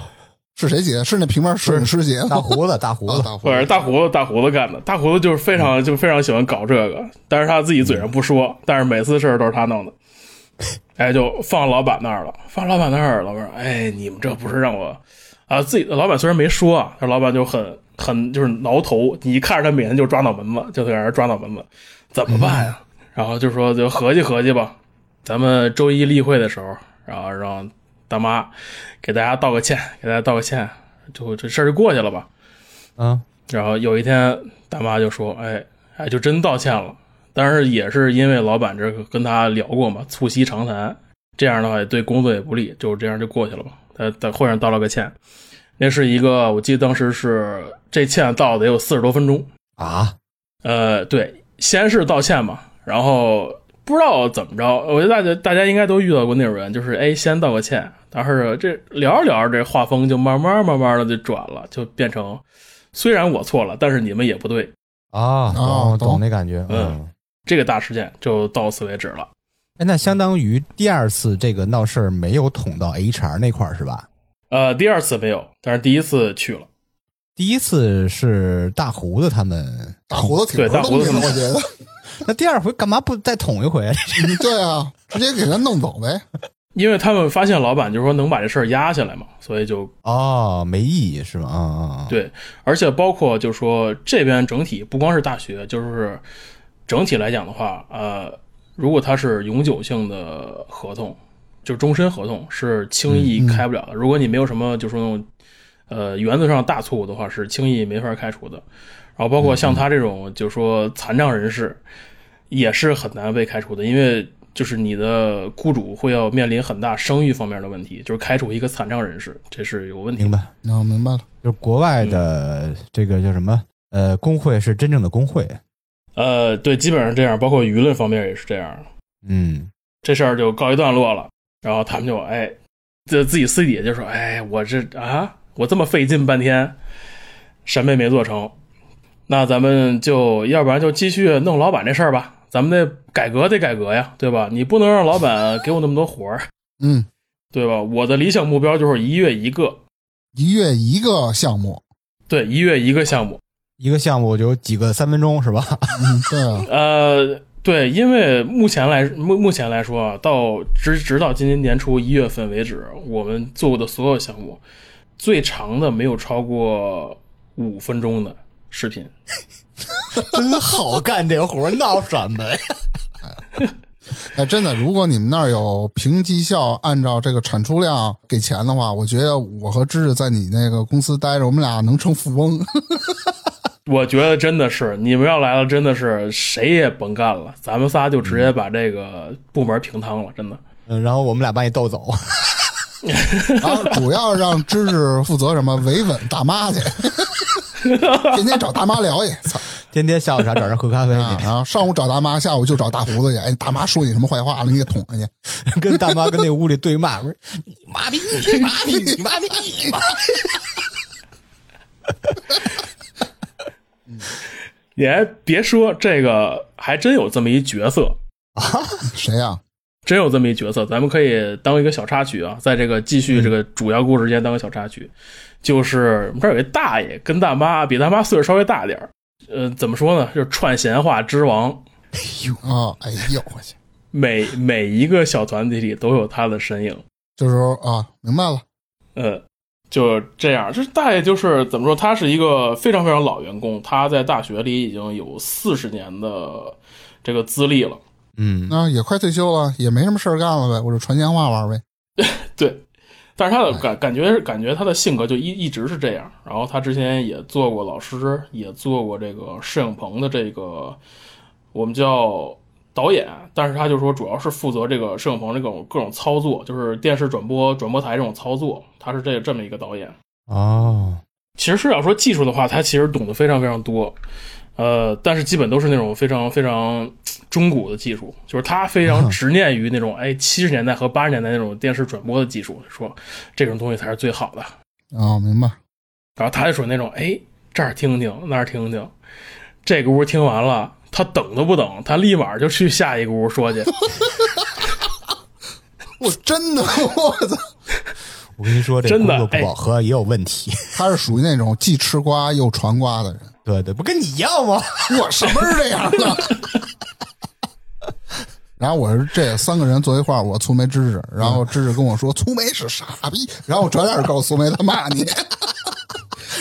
S1: 是谁截的？是那平面摄影师截的
S2: 大
S1: 吗？
S2: 胡子，大胡
S1: 啊，
S2: 子，
S1: 大胡
S3: 或者大胡子大胡子干的，大胡子就是非常就非常喜欢搞这个，但是他自己嘴上不说，但是每次事儿都是他弄的。哎，就放老板那儿了，放老板那儿了。老板说，哎，你们这不是让我啊？自己的老板虽然没说啊，但是老板就很很就是挠头。你一看着他每天就抓脑门子，就在那儿抓脑门子，怎么办呀、然后就说就合计合计吧，咱们周一例会的时候，然后让大妈给大家道个歉，给大家道个歉，就这事儿就过去了吧。
S2: 嗯，
S3: 然后有一天，大妈就说：“哎，哎，就真道歉了。”但是也是因为老板这个跟他聊过嘛，促膝长谈，这样的话也对工作也不利，就这样就过去了嘛。他在会上道了个歉，那是一个，我记得当时是这歉道得有四十多分钟。
S2: 啊，
S3: 呃，对，先是道歉嘛，然后不知道怎么着，我觉得大家大家应该都遇到过那种人，就是哎先道个歉，但是这聊着聊着这画风就慢慢慢慢的就转了，就变成虽然我错了，但是你们也不对，
S2: 啊，
S1: 哦
S2: 懂
S1: 懂
S2: 懂那感觉，
S3: 嗯。这个大事件就到此为止了。
S2: 哎，那相当于第二次这个闹事儿没有捅到 HR 那块儿是吧？
S3: 呃，第二次没有，但是第一次去了。
S2: 第一次是大胡子他们，
S1: 大胡子挺
S3: 对大胡子
S1: 愣的我觉得。
S2: 那第二回干嘛不再捅一回？
S1: 嗯 对啊，直接给他弄走呗。
S3: 因为他们发现老板就说能把这事儿压下来嘛，所以就
S2: 哦，没意义是吗？啊啊啊！
S3: 对，而且包括就说这边整体不光是大学，就是整体来讲的话，呃，如果它是永久性的合同，就终身合同是轻易开不了的。如果你没有什么就是那种呃原则上大错误的话，是轻易没法开除的。然后包括像他这种就说残障人士，也是很难被开除的，因为。就是你的雇主会要面临很大声誉方面的问题，就是开除一个残障人士，这是有问题的
S2: 明。白。嗯
S1: 那我明白了，
S2: 就是国外的这个叫什么？呃，工会是真正的工会。
S3: 呃，对，基本上这样，包括舆论方面也是这样。
S2: 嗯，
S3: 这事儿就告一段落了，然后他们就哎，这自己私底下就说，哎，我这啊，我这么费劲半天，什么也没做成，那咱们就要不然就继续弄老板这事儿吧，咱们得改革得改革呀，对吧？你不能让老板给我那么多活儿，
S1: 嗯，
S3: 对吧？我的理想目标就是一月一个，
S1: 一月一个项目，
S3: 对，一月一个项目。
S2: 一个项目就有几个三分钟是吧？
S1: 嗯，对啊，
S3: 呃，对，因为目前来目目前来说啊，到直直到今年年初一月份为止，我们做过的所有项目，最长的没有超过五分钟的视频。
S2: 真好干这活儿，闹什么呀？
S1: 哎，真的，如果你们那儿有凭绩效按照这个产出量给钱的话，我觉得我和芝芝在你那个公司待着，我们俩能成富翁。
S3: 我觉得真的是，你们要来了，真的是谁也甭干了，咱们仨就直接把这个部门平摊了，真的。
S2: 嗯，然后我们俩把你逗走。
S1: 然后主要让芝芝负责什么维稳大妈去， 天天找大妈聊去，操
S2: 天天下午茶找人喝咖啡，
S1: 啊！然后上午找大妈，下午就找大胡子去。哎，大妈说你什么坏话了，你给捅下去。
S2: 跟大妈跟那屋里对骂， 不是你妈逼，你妈逼，你妈逼，你妈逼！
S3: 你还别说，这个还真有这么一角色，
S1: 谁啊呀、
S3: 真有这么一角色，咱们可以当一个小插曲啊，在这个继续这个主要故事之间当个小插曲，就是我们这儿有一大爷跟大妈，比大妈岁数稍微大点儿，呃，怎么说呢，就是串闲话之王，
S1: 啊、哎呦我去，
S3: 每每一个小团体里都有他的身影，
S1: 就是啊，明白了，
S3: 呃，就这样，就是大爷就是怎么说，他是一个非常非常老员工，他在大学里已经有四十年的这个资历了。
S2: 嗯，
S1: 那、也快退休了，也没什么事儿干了呗，我就传闲话玩呗。
S3: 对，但是他的感感觉感觉他的性格就一一直是这样。然后他之前也做过老师，也做过这个摄影棚的这个我们叫导演，但是他就说主要是负责这个摄影棚这种各种操作，就是电视转播转播台这种操作，他是这这么一个导演。
S2: 哦，
S3: 其实要说技术的话，他其实懂得非常非常多，呃，但是基本都是那种非常非常中古的技术，就是他非常执念于那种哎七十年代和八十年代那种电视转播的技术，说这种东西才是最好的。
S1: 哦，明白。
S3: 然后他就属于那种哎这儿听听那儿听听，这个屋听完了，他等都不等，他立马就去下一个屋说去。
S1: 我真的，我操，
S2: 我跟你说，这
S3: 真
S2: 工
S3: 的
S2: 作不饱和也有问题。
S1: 他是属于那种既吃瓜又传瓜的人。
S2: 对对，不跟你一样吗？
S1: 我什么是这样的？ 然后我是这三个人坐一块儿，我粗梅芝芝，然后芝芝跟我说粗梅是傻逼，然后我转眼告诉粗梅他骂 你，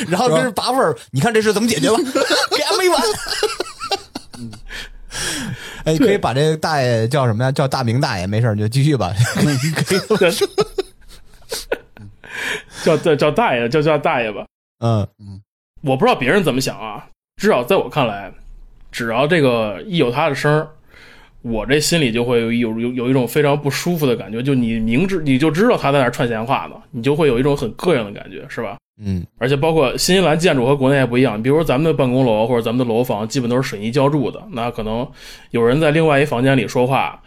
S2: 然后跟人拔味儿，你看这事怎么解 决吧？给俺没完。哎，可以把这个大爷叫什么呀？叫大明大爷，没事儿你就继续 吧。嗯可以，
S3: 叫叫叫大爷，叫叫大爷吧。
S2: 嗯，
S3: 我不知道别人怎么想啊，至少在我看来，只要这个一有他的声儿，我这心里就会有有有有一种非常不舒服的感觉。就你明知你就知道他在那儿串闲话呢，你就会有一种很膈应的感觉，是吧？
S2: 嗯，
S3: 而且包括新西兰建筑和国内还不一样，比如说咱们的办公楼或者咱们的楼房，基本都是水泥浇筑的，那可能有人在另外一房间里说话，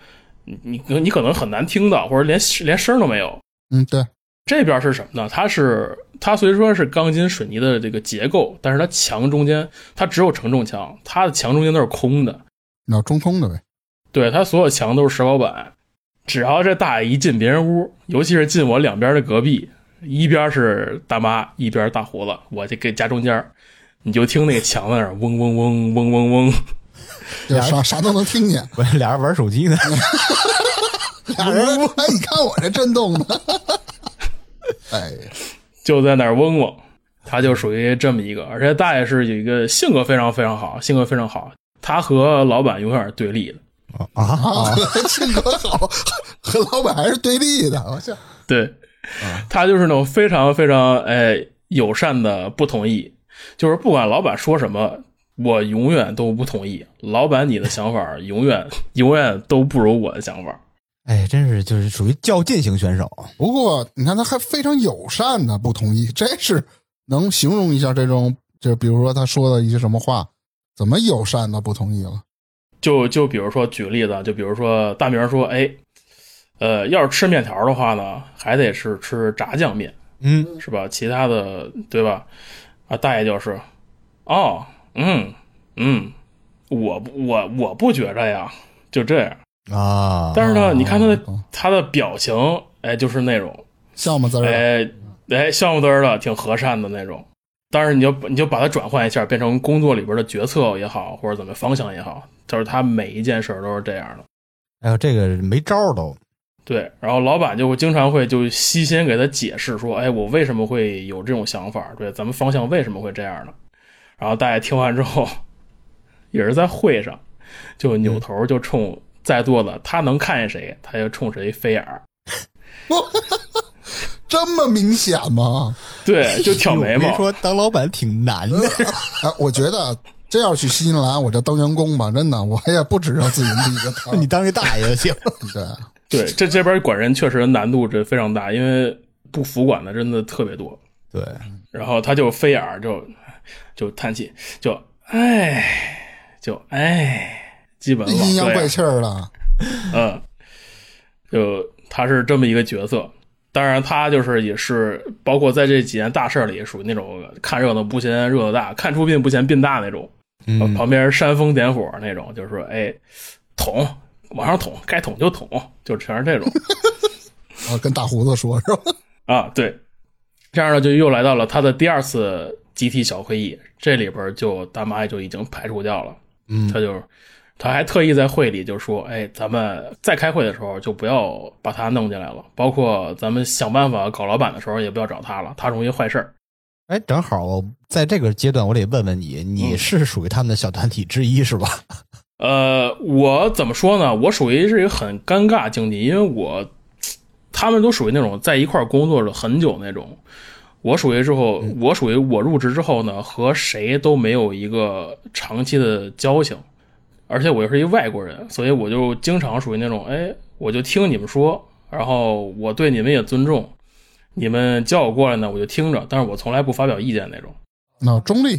S3: 你你你可能很难听到，或者连连声儿都没有。
S1: 嗯，对，
S3: 这边是什么呢？它是它虽说是钢筋水泥的这个结构，但是它墙中间它只有承重墙，它的墙中间都是空的。
S1: 那中空的呗，
S3: 对，它所有墙都是石膏板。只要这大爷一进别人屋，尤其是进我两边的隔壁，一边是大妈，一边是大胡子，我就给夹中间儿，你就听那个墙在那儿嗡嗡嗡嗡嗡嗡，
S1: 对，啥啥都能听见。
S2: 我俩人玩手机呢。
S1: 俩人，哎，你看我这震动的， 哎，
S3: 就在那儿嗡嗡。他就属于这么一个，而且大爷是有一个性格非常非常好，性格非常好，他和老板永远是对立的。
S2: 啊啊！
S1: 性格好， 和老板还是对立的，我操，
S3: 对， 他就是那种非常非常哎友善的不同意，就是不管老板说什么，我永远都不同意。老板你的想法永远永远都不如我的想法。
S2: 哎，真是就是属于较劲型选手。
S1: 不过你看他还非常友善的不同意，这是能形容一下这种，就比如说他说的一些什么话，怎么友善的不同意了？
S3: 就就比如说举个例子啊，就比如说大明说，哎，呃，要是吃面条的话呢，还得是吃炸酱面，
S2: 嗯，
S3: 是吧？其他的对吧？啊，大爷就是，哦，嗯嗯，我不我我不觉着呀，就这样。
S2: 啊，
S3: 但是呢，你看他的
S1: 哦
S3: 他的表情，哎，就是那种，
S1: 笑吗？滋儿，
S3: 哎哎，笑不得儿的，挺和善的那种。但是你就你就把它转换一下，变成工作里边的决策也好，或者怎么方向也好，就是他每一件事儿都是这样的。
S2: 哎呦，这个没招儿都。
S3: 对，然后老板就会经常会就悉心给他解释说，哎，我为什么会有这种想法？对，咱们方向为什么会这样呢？然后大家听完之后， 也是在会上，就扭头就冲在座的他能看见谁，他就冲谁飞眼儿。
S1: 这么明显吗？
S3: 对，就挑眉
S2: 哎呦
S3: 毛
S2: 没。说当老板挺难 的。
S1: 哎，我觉得真要去新西兰，我就当员工吧，真的，我也不只让自 己立一个摊儿，
S2: 你当一大爷就行。
S1: 对，
S3: 对，这这边管人确实难度这非常大，因为不服管的真的特别多。
S2: 对，
S3: 然后他就飞眼儿就就叹气，就唉，就唉，基本
S1: 阴阳
S3: 往这
S1: 怪
S3: 样
S1: 气儿的，
S3: 嗯，就他是这么一个角色。当然，他就是也是包括在这几件大事儿里，属于那种看热闹不嫌热闹大，看出病不嫌病大那种。
S2: 嗯，
S3: 旁边煽风点火那种，就是说，哎，捅，往上捅，该捅就捅，就全是这种。
S1: 啊，跟大胡子说是吧？
S3: 啊， 对，这样呢就又来到了他的第二次集体小会议，这里边就大妈也就已经排除掉了，
S2: 嗯，
S3: 他就他还特意在会里就说，哎，咱们在开会的时候就不要把他弄进来了，包括咱们想办法搞老板的时候也不要找他了，他容易坏事儿。
S2: 哎，正好我在这个阶段，我得问问你，你是属于他们的小团体之一是吧？
S3: 呃，我怎么说呢？我属于是一个很尴尬境地，因为我他们都属于那种在一块儿工作了很久那种。我属于之后，我属于我入职之后呢，和谁都没有一个长期的交情，而且我又是一外国人，所以我就经常属于那种，哎，我就听你们说，然后我对你们也尊重，你们叫我过来呢，我就听着，但是我从来不发表意见那种。
S1: 那中立，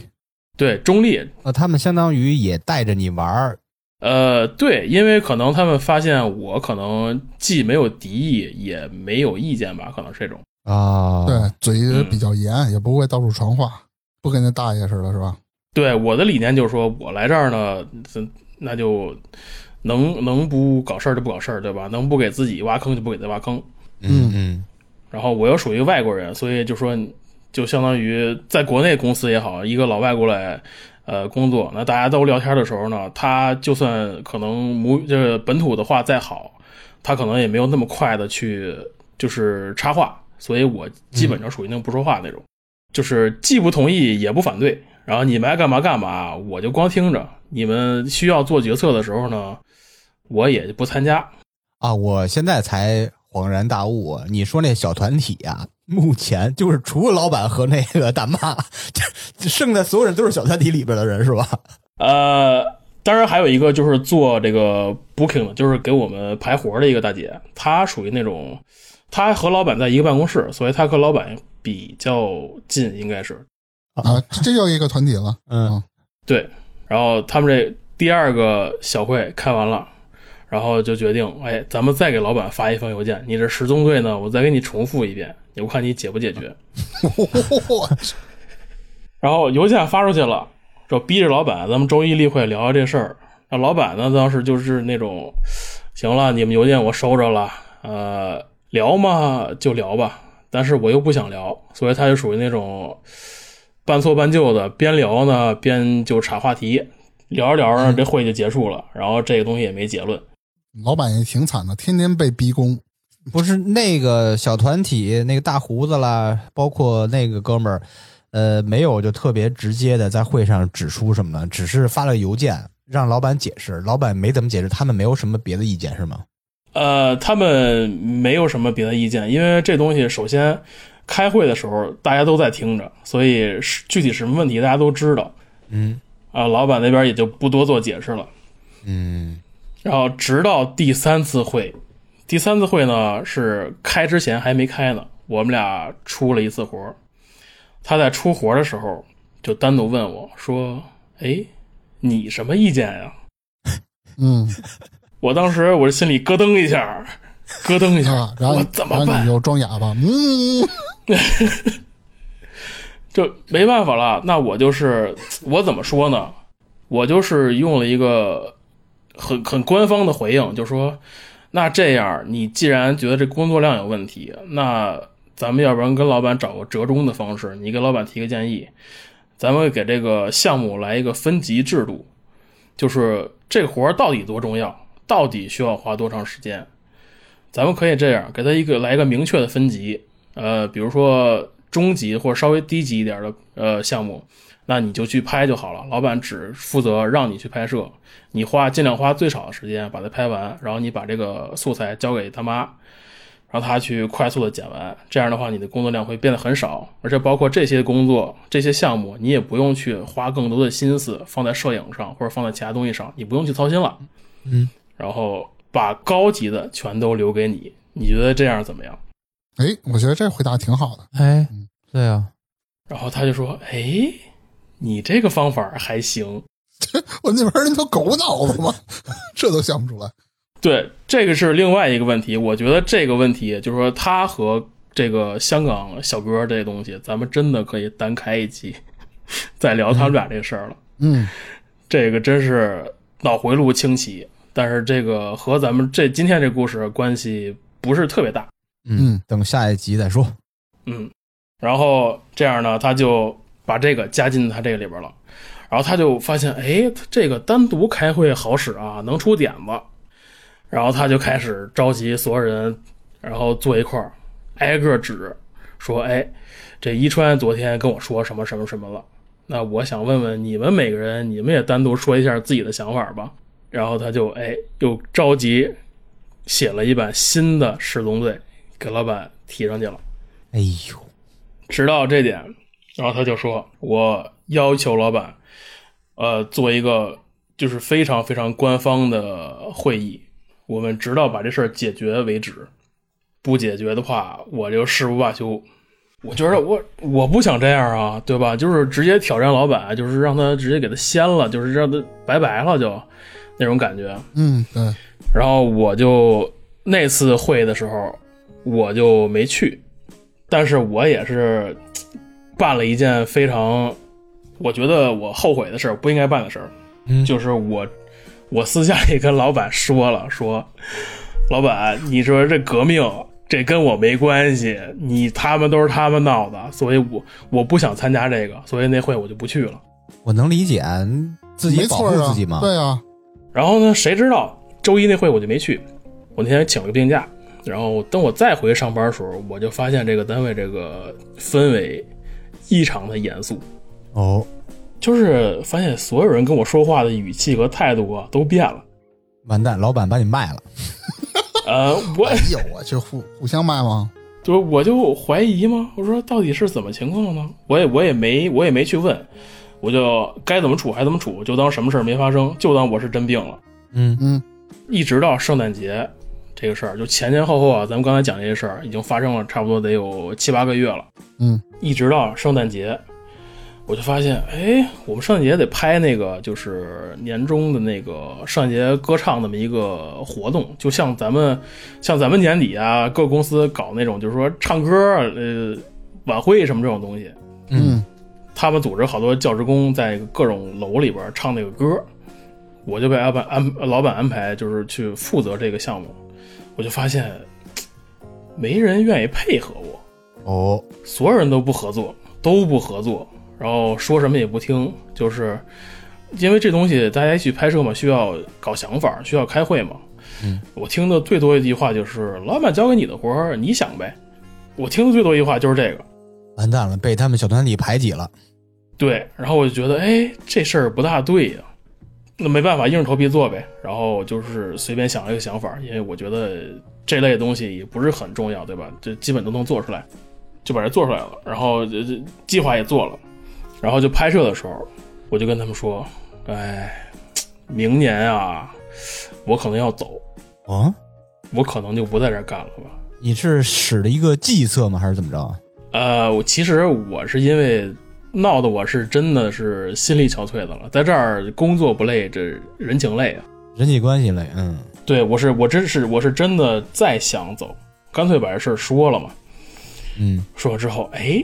S3: 对，中立，
S2: 呃，他们相当于也带着你玩儿，
S3: 呃，对，因为可能他们发现我可能既没有敌意，也没有意见吧，可能是这种。
S2: 啊，
S1: 对，
S3: 嗯
S1: 嘴比较严，也不会到处传话，不跟那大爷似的，是吧？
S3: 对我的理念就是说，我来这儿呢，这那就能能不搞事儿就不搞事儿，对吧？能不给自己挖坑就不给自己挖坑。
S2: 嗯嗯，
S3: 然后我又属于外国人，所以就说就相当于在国内公司也好，一个老外过来呃工作，那大家都聊天的时候呢，他就算可能母就是本土的话再好，他可能也没有那么快的去就是插话，所以我基本上属于那种不说话那种，就是既不同意也不反对，然后你们爱干嘛干嘛，我就光听着，你们需要做决策的时候呢，我也不参加，
S2: 啊，我现在才恍然大悟，你说那小团体啊， 目前就是除了老板和那个大妈， 这剩下所有人都是小团体里边的人是吧？
S3: 呃，当然还有一个就是做这个 booking 的，就是给我们排活的一个大姐，她属于那种，她和老板在一个办公室，所以她和老板比较近，应该是
S1: 啊，这又一个团体了。
S2: 嗯，
S3: 对。然后他们这第二个小会开完了，然后就决定，哎，咱们再给老板发一封邮件，你这十宗罪呢，我再给你重复一遍，我看你解不解决。
S1: 我
S3: 然后邮件发出去了，就逼着老板，咱们周一例会聊聊这事儿。那老板呢，当时就是那种，行了，你们邮件我收着了，呃，聊嘛就聊吧，但是我又不想聊，所以他就属于那种半错半就的，边聊呢边就岔话题，聊着聊着这会就结束了，然后这个东西也没结论。
S1: 老板也挺惨的，天天被逼宫。
S2: 不是那个小团体，那个大胡子啦，包括那个哥们儿，呃，没有就特别直接的在会上指出什么呢，只是发了邮件让老板解释，老板没怎么解释，他们没有什么别的意见是吗？
S3: 呃，他们没有什么别的意见，因为这东西首先开会的时候大家都在听着，所以是具体什么问题大家都知道
S2: 嗯
S3: 啊、老板那边也就不多做解释了。
S2: 嗯
S3: 然后直到第三次会，第三次会呢是开之前还没开呢，我们俩出了一次活儿。他在出活儿的时候就单独问我说：“哎，你什么意见呀、
S1: 嗯
S3: 我当时我这心里咯噔一下，咯噔一下，
S1: 啊，然后
S3: 哎我怎么
S1: 然后
S3: 办
S1: 你？就装哑巴，嗯，
S3: 这没办法了，那我就是我怎么说呢？我就是用了一个很很官方的回应，就说那这样，你既然觉得这工作量有问题，那咱们要不然跟老板找个折中的方式，你给老板提个建议，咱们给这个项目来一个分级制度，就是这活儿到底多重要，到底需要花多长时间，咱们可以这样给他一个来一个明确的分级，呃，比如说中级或者稍微低级一点的呃项目，那你就去拍就好了，老板只负责让你去拍摄，你花尽量花最少的时间把它拍完，然后你把这个素材交给他妈，让他去快速的剪完，这样的话你的工作量会变得很少，而且包括这些工作这些项目，你也不用去花更多的心思放在摄影上或者放在其他东西上，你不用去操心了，
S2: 嗯，
S3: 然后把高级的全都留给你，你觉得这样怎么样？
S1: 哎，我觉得这回答挺好的。
S2: 哎，对啊，
S3: 然后他就说：“哎，你这个方法还行。
S1: 我那边人都狗脑子吗？这都想不出来。
S3: 对，这个是另外一个问题。我觉得这个问题就是说，他和这个香港小哥这东西，咱们真的可以单开一期，再聊他们俩这事儿了。
S1: 嗯，
S3: 这个真是脑回路清奇，但是这个和咱们这今天这故事关系不是特别大。
S2: 嗯
S1: 嗯，
S2: 等下一集再说。
S3: 嗯，然后这样呢，他就把这个加进他这个里边了，然后他就发现，哎，这个单独开会好使啊，能出点子，然后他就开始召集所有人，然后坐一块儿，挨个指说，哎，这一川昨天跟我说什么什么什么了，那我想问问你们每个人，你们也单独说一下自己的想法吧。然后他就哎又召集写了一版新的十宗罪，给老板提上去了。
S2: 哎呦，
S3: 直到这点，然后他就说：“我要求老板，呃，做一个就是非常非常官方的会议，我们直到把这事儿解决为止。不解决的话，我就誓不罢休。”我觉得我我不想这样啊，对吧？就是直接挑战老板，就是让他直接给他掀了，就是让他拜拜了就，那种感觉。
S1: 嗯，对，
S3: 然后我就那次会的时候，我就没去，但是我也是办了一件非常，我觉得我后悔的事儿，不应该办的事儿，
S2: 嗯
S3: 就是我我私下里跟老板说了，说老板，你说这革命。这跟我没关系，你他们都是他们闹的，所以我我不想参加这个，所以那会我就不去了。
S2: 我能理解自己
S1: 没
S2: 保
S1: 错
S2: 护
S1: 啊，
S2: 自己嘛。
S1: 对啊，
S3: 然后呢，谁知道周一那会我就没去，我那天请了个病假。然后等我再回上班的时候，我就发现这个单位这个氛围异常的严肃，
S2: 哦，
S3: 就是发现所有人跟我说话的语气和态度啊都变了。
S2: 完蛋，老板把你卖了。
S3: 呃，我
S1: 哎呦我去，互互相卖吗？
S3: 就我就怀疑吗？我说到底是怎么情况呢？我也我也没我也没去问，我就该怎么处还怎么处，就当什么事儿没发生，就当我是真病了。
S2: 嗯
S1: 嗯，
S3: 一直到圣诞节这个事儿，就前前后后啊，咱们刚才讲这些事儿已经发生了差不多得有七八个月了。
S1: 嗯，
S3: 一直到圣诞节，我就发现，哎，我们圣诞节得拍那个就是年终的那个圣诞节歌唱那么一个活动，就像咱们像咱们年底啊，各公司搞那种就是说唱歌呃晚会什么这种东西，
S1: 嗯，
S3: 他们组织好多教职工在各种楼里边唱那个歌，我就被安排安老板安排就是去负责这个项目，我就发现嘖没人愿意配合我，
S2: 哦，
S3: 所有人都不合作，都不合作，然后说什么也不听，就是因为这东西大家一起拍摄嘛，需要搞想法，需要开会嘛。
S2: 嗯，
S3: 我听的最多一句话就是老板交给你的活儿，你想呗。我听的最多一句话就是这个。
S2: 完蛋了，被他们小团体排挤了。
S3: 对，然后我就觉得，哎，这事儿不大对呀、那没办法，硬着头皮做呗。然后就是随便想了一个想法，因为我觉得这类东西也不是很重要，对吧？这基本都能做出来，就把这做出来了。然后这这计划也做了，然后就拍摄的时候，我就跟他们说，哎，明年啊，我可能要走，
S2: 哦，
S3: 我可能就不在这儿干了吧。
S2: 你是使了一个计策吗？还是怎么着啊？
S3: 呃，我其实我是因为闹得我是真的是心力憔悴的了，在这儿工作不累，这人情累啊。
S2: 人际关系类，嗯，
S3: 对我是我真是我是真的再想走，干脆把这事儿说了嘛。
S2: 嗯，
S3: 说了之后，哎，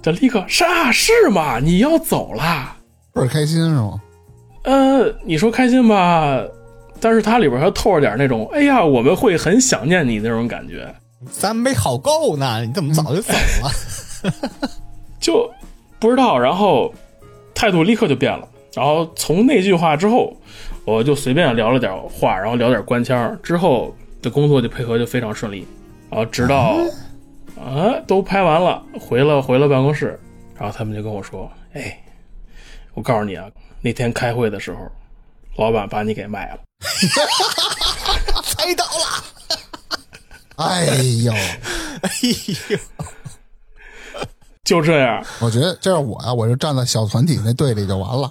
S3: 这立刻是啊是吗？你要走啦？
S1: 倍儿开心是吗？
S3: 呃，你说开心吧，但是它里边还透着点那种，哎呀，我们会很想念你那种感觉。
S2: 咱没好够呢，你怎么早就走了？
S3: 就不知道，然后态度立刻就变了。然后从那句话之后，我就随便聊了点话，然后聊点官腔儿，之后的工作就配合就非常顺利。然后直到啊都拍完了，回了回了办公室，然后他们就跟我说：“哎，我告诉你啊，那天开会的时候，老板把你给卖了。”
S2: 猜到了，
S1: 哎呦，
S2: 哎呦，
S3: 就这样，
S1: 我觉得这要我呀、啊我就站在小团体那队里就完了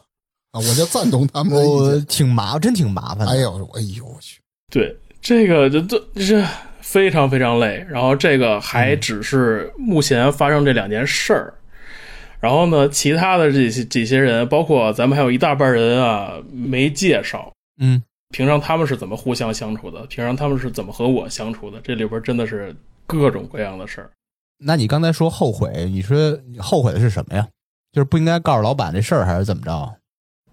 S1: 啊，我就赞同他们的意
S2: 我
S1: 见。
S2: 嗯哦挺麻，真挺麻烦的。
S1: 哎呦，哎呦我去，
S3: 对这个这这这非常非常累，然后这个还只是目前发生这两件事儿，然后呢，其他的这些这些人，包括咱们还有一大半人啊没介绍，
S2: 嗯，
S3: 平常他们是怎么互相相处的，平常他们是怎么和我相处的，这里边真的是各种各样的事儿。
S2: 那你刚才说后悔，你说你后悔的是什么呀？就是不应该告诉老板这事儿，还是怎么着？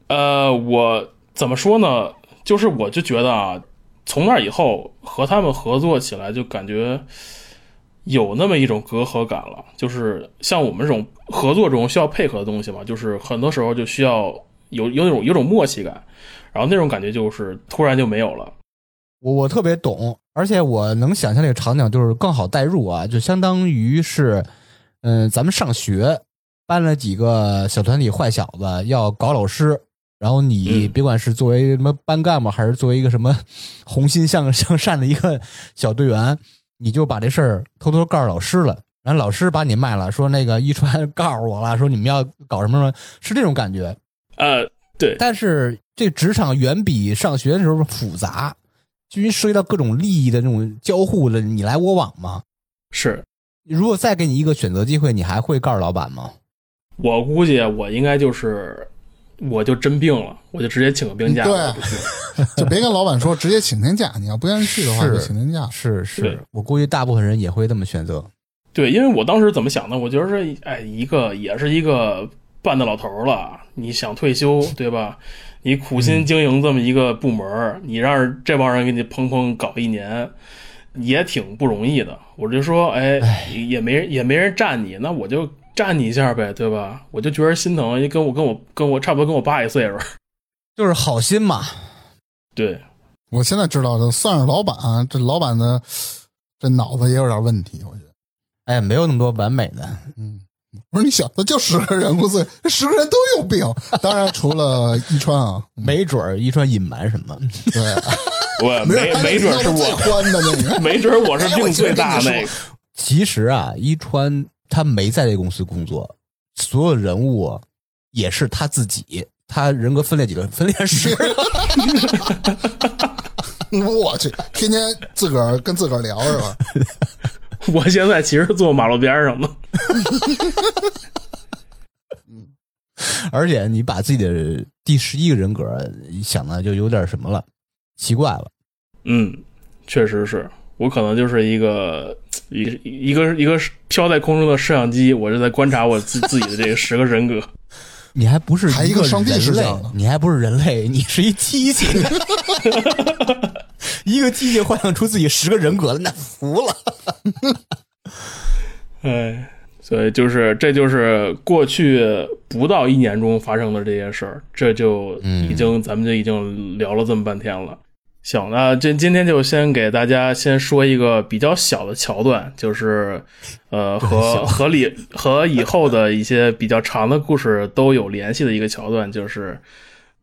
S3: 呃，我怎么说呢？就是我就觉得啊，从那以后和他们合作起来，就感觉有那么一种隔阂感了。就是像我们这种合作中需要配合的东西嘛，就是很多时候就需要有有那种有种默契感，然后那种感觉就是突然就没有了。
S2: 我我特别懂，而且我能想象这个场景，就是更好代入啊，就相当于是，嗯、咱们上学班了几个小团体坏小子要搞老师，然后你
S3: 嗯
S2: 别管是作为什么班干部，还是作为一个什么红心向向善的一个小队员，你就把这事儿偷偷告诉老师了，然后老师把你卖了，说那个一川告诉我了，说你们要搞什么什么，是这种感觉。
S3: 呃，对，
S2: 但是这职场远比上学的时候复杂，因为涉及到各种利益的这种交互的你来我往嘛。
S3: 是
S2: 如果再给你一个选择机会，你还会告诉老板吗？
S3: 我估计啊我应该就是，我就真病了，我就直接请个病假。
S1: 对就别跟老板说，直接请天假。你要不愿意去的话，
S2: 是
S1: 就请天假。
S2: 是
S3: 对
S2: 是，我估计大部分人也会这么选择。
S3: 对，因为我当时怎么想的？我觉得是，哎，一个也是一个半大老头儿了，你想退休对吧？你苦
S1: 嗯
S3: 心经营这么一个部门儿，你让这帮人给你砰砰搞一年，也挺不容易的。我就说，哎，也没人也没人站你，那我就站你一下呗，对吧？我就觉得心疼，因为跟我跟我跟我差不多跟我爸一岁数儿，
S2: 就是好心嘛，
S3: 对，
S1: 我现在知道，这算是老板、啊这老板的这脑子也有点问题，我觉得。
S2: 哎，没有那么多完美的，
S1: 嗯，我说你想的就十个人公司，这十个人都有病。当然，除了一川啊，
S2: 没准儿一川隐瞒什么。
S1: 对，
S3: 我没
S1: 人
S3: 没准是
S1: 最
S3: 我，
S1: 欢的那个。
S3: 没准我是
S1: 哎我
S3: 病
S1: 觉得
S3: 最大
S1: 你说
S3: 那个，
S2: 其实啊，一川他没在这公司工作，所有人物啊也是他自己，他人格分裂几个分裂十个，
S1: 我去，天天自个儿跟自个儿聊是吧？
S3: 我现在其实坐马路边儿上呢。
S2: 而且你把自己的第十一个人格想的就有点什么了，奇怪了。
S3: 嗯，确实是我可能就是一个一一个一个飘在空中的摄像机，我是在观察我自自己的这个十个人格。
S2: 你还不是
S1: 还一
S2: 个
S1: 个上帝视
S2: 人类
S1: 角呢
S2: 你还不是人类，你是一机器， 一个机器幻想出自己十个人格了，那服了。
S3: 哎，所以就是这就是过去不到一年中发生的这些事儿，这就已经、咱们就已经聊了这么半天了。行，那今今天就先给大家先说一个比较小的桥段，就是，呃，和和里和以后的一些比较长的故事都有联系的一个桥段，就是，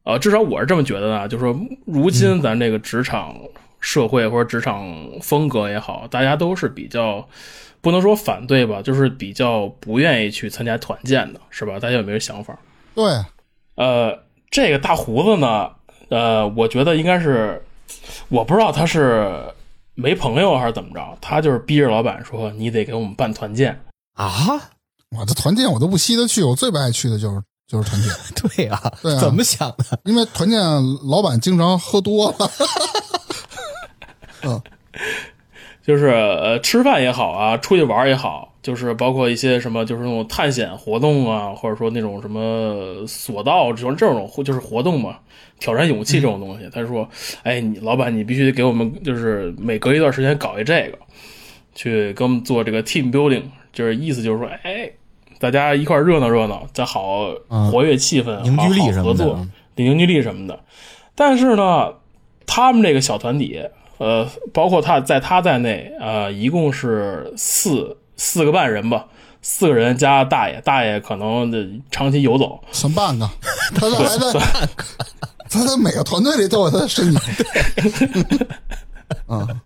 S3: 呃，至少我是这么觉得的啊，就是说，如今咱这个职场社会或者职场风格也好，大家都是比较不能说反对吧，就是比较不愿意去参加团建的，是吧？大家有没有想法？
S1: 对，
S3: 呃，这个大胡子呢，呃，我觉得应该是，我不知道他是没朋友还是怎么着，他就是逼着老板说你得给我们办团建。
S2: 啊，
S1: 我这团建我都不稀得去，我最不爱去的就是就是团建，
S2: 对啊，
S1: 对啊
S2: 怎么想的？
S1: 因为团建老板经常喝多了。嗯，
S3: 就是呃，吃饭也好啊，出去玩儿也好，就是包括一些什么，就是那种探险活动啊，或者说那种什么索道，这种这种活就是活动嘛，挑战勇气这种东西。他说，哎，你老板，你必须得给我们，就是每隔一段时间搞一这个，去给我们做这个 team building，就是意思就是说，哎，大家一块儿热闹热闹，咱好
S2: 嗯
S3: 活跃气氛，
S2: 凝聚力
S3: 好
S2: 什
S3: 好
S2: 么
S3: 合
S2: 的啊
S3: 作，凝聚力什么的。但是呢，他们这个小团体，呃，包括他在他在内，呃，一共是四四个半人吧，四个人加大爷，大爷可能呃长期游走，
S1: 算半个，他这还在，他在每个团队里都有他的身影。嗯，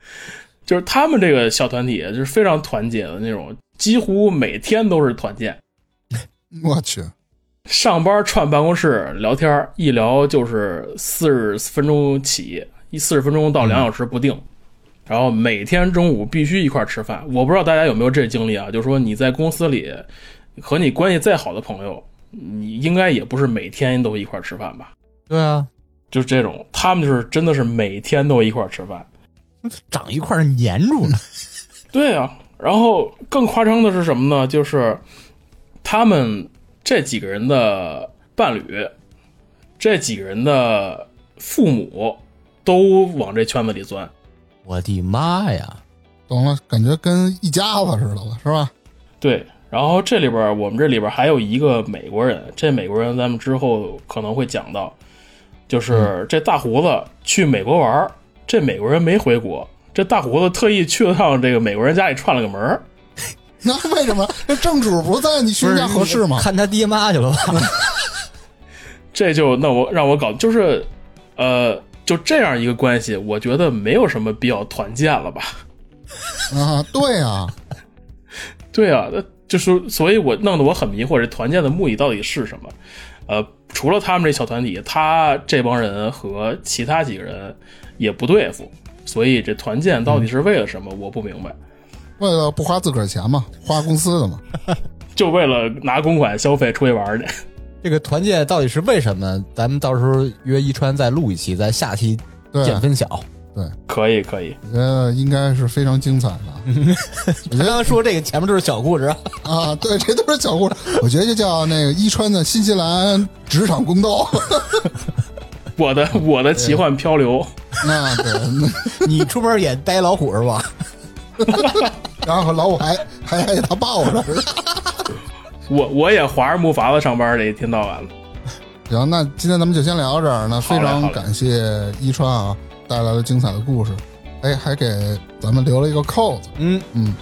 S3: 就是他们这个小团体就是非常团结的那种，几乎每天都是团建，
S1: 我去，
S3: 上班串办公室聊天儿，一聊就是四十分钟起，一四十分钟到两小时不定。然后每天中午必须一块儿吃饭。我不知道大家有没有这经历啊？就是说你在公司里和你关系再好的朋友，你应该也不是每天都一块儿吃饭吧？
S2: 对啊，
S3: 就是这种，他们就是真的是每天都一块儿吃饭。
S2: 长一块儿粘 住呢。
S3: 对啊，然后更夸张的是什么呢？就是他们这几个人的伴侣，这几个人的父母都往这圈子里钻。
S2: 我的妈呀！
S1: 懂了，感觉跟一家子似的了，是吧？
S3: 对，然后这里边儿我们这里边儿还有一个美国人，这美国人咱们之后可能会讲到，就是这大胡子去美国玩儿，这美国人没回国，这大胡子特意去了趟这个美国人家里串了个门儿。
S1: 那为什么这正主不在，你去人家合适吗？
S2: 看他爹妈去了吧？
S3: 这就那我让我搞就是，呃，就这样一个关系，我觉得没有什么必要团建了吧？
S1: 啊，对啊，
S3: 对啊，那就是所以，我弄得我很迷惑，这团建的目的到底是什么？呃，除了他们这小团体，他这帮人和其他几个人也不对付，所以这团建到底是为了什么？我不明白，
S1: 为了不花自个儿钱嘛，花公司的嘛，
S3: 就为了拿公款消费出去玩儿去。
S2: 这个团建到底是为什么？咱们到时候约一川再录一期，咱下期
S1: 对啊
S2: 见分晓。
S3: 可以，可以，
S1: 我觉得应该是非常精彩的
S2: 我刚刚说这个前面都是小故事啊，
S1: 啊！对，这都是小故事，我觉得就叫那个伊川的新西兰职场宫斗。
S3: 我的我的奇幻漂流，
S1: 那啊对，那
S2: 你出门也逮老虎是吧？
S1: 然后老虎还还还给他抱着。
S3: 我我也划着木筏子上班的，一天到晚了。
S1: 行，那今天咱们就先聊到这儿。那非
S3: 好嘞好
S1: 常
S3: 嘞
S1: 感谢伊川啊带来了精彩的故事，哎，还给咱们留了一个扣子。
S2: 嗯，
S1: 嗯，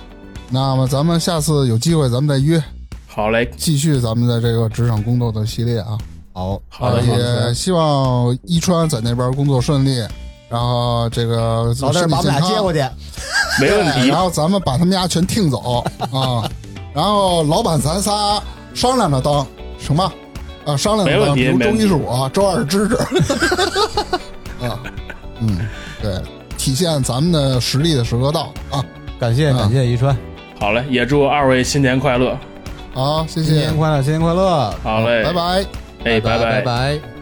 S1: 那么咱们下次有机会咱们再约，
S3: 好嘞，
S1: 继续咱们的这个职场宫斗的系列啊。
S2: 好，
S3: 好嘞，好嘞
S1: 也希望伊川在那边工作顺利，然后这个
S2: 老弟
S1: 身
S2: 儿
S1: 体
S2: 把我们
S1: 健
S2: 俩
S1: 康
S2: 接过去。
S3: 没问
S1: 对
S3: 题
S1: 哎然。后咱们把他们家全听走啊，然后老板咱仨商量着当，行吧？啊，商量着
S3: 没
S1: 当，
S3: 问
S1: 比
S3: 题
S1: 如
S3: 没
S1: 周
S3: 问
S1: 一
S3: 题
S1: 是我，周二是芝芝， 啊，嗯，对，体现咱们的实力的时刻到啊，
S2: 感谢感谢，宜川，
S3: 好嘞，也祝二位新年快乐。
S1: 好，谢谢
S2: 新嗯年，快乐，新年快乐，
S3: 好嘞，
S1: 拜，拜。
S3: 哎，
S2: 拜拜
S3: 拜
S2: 拜。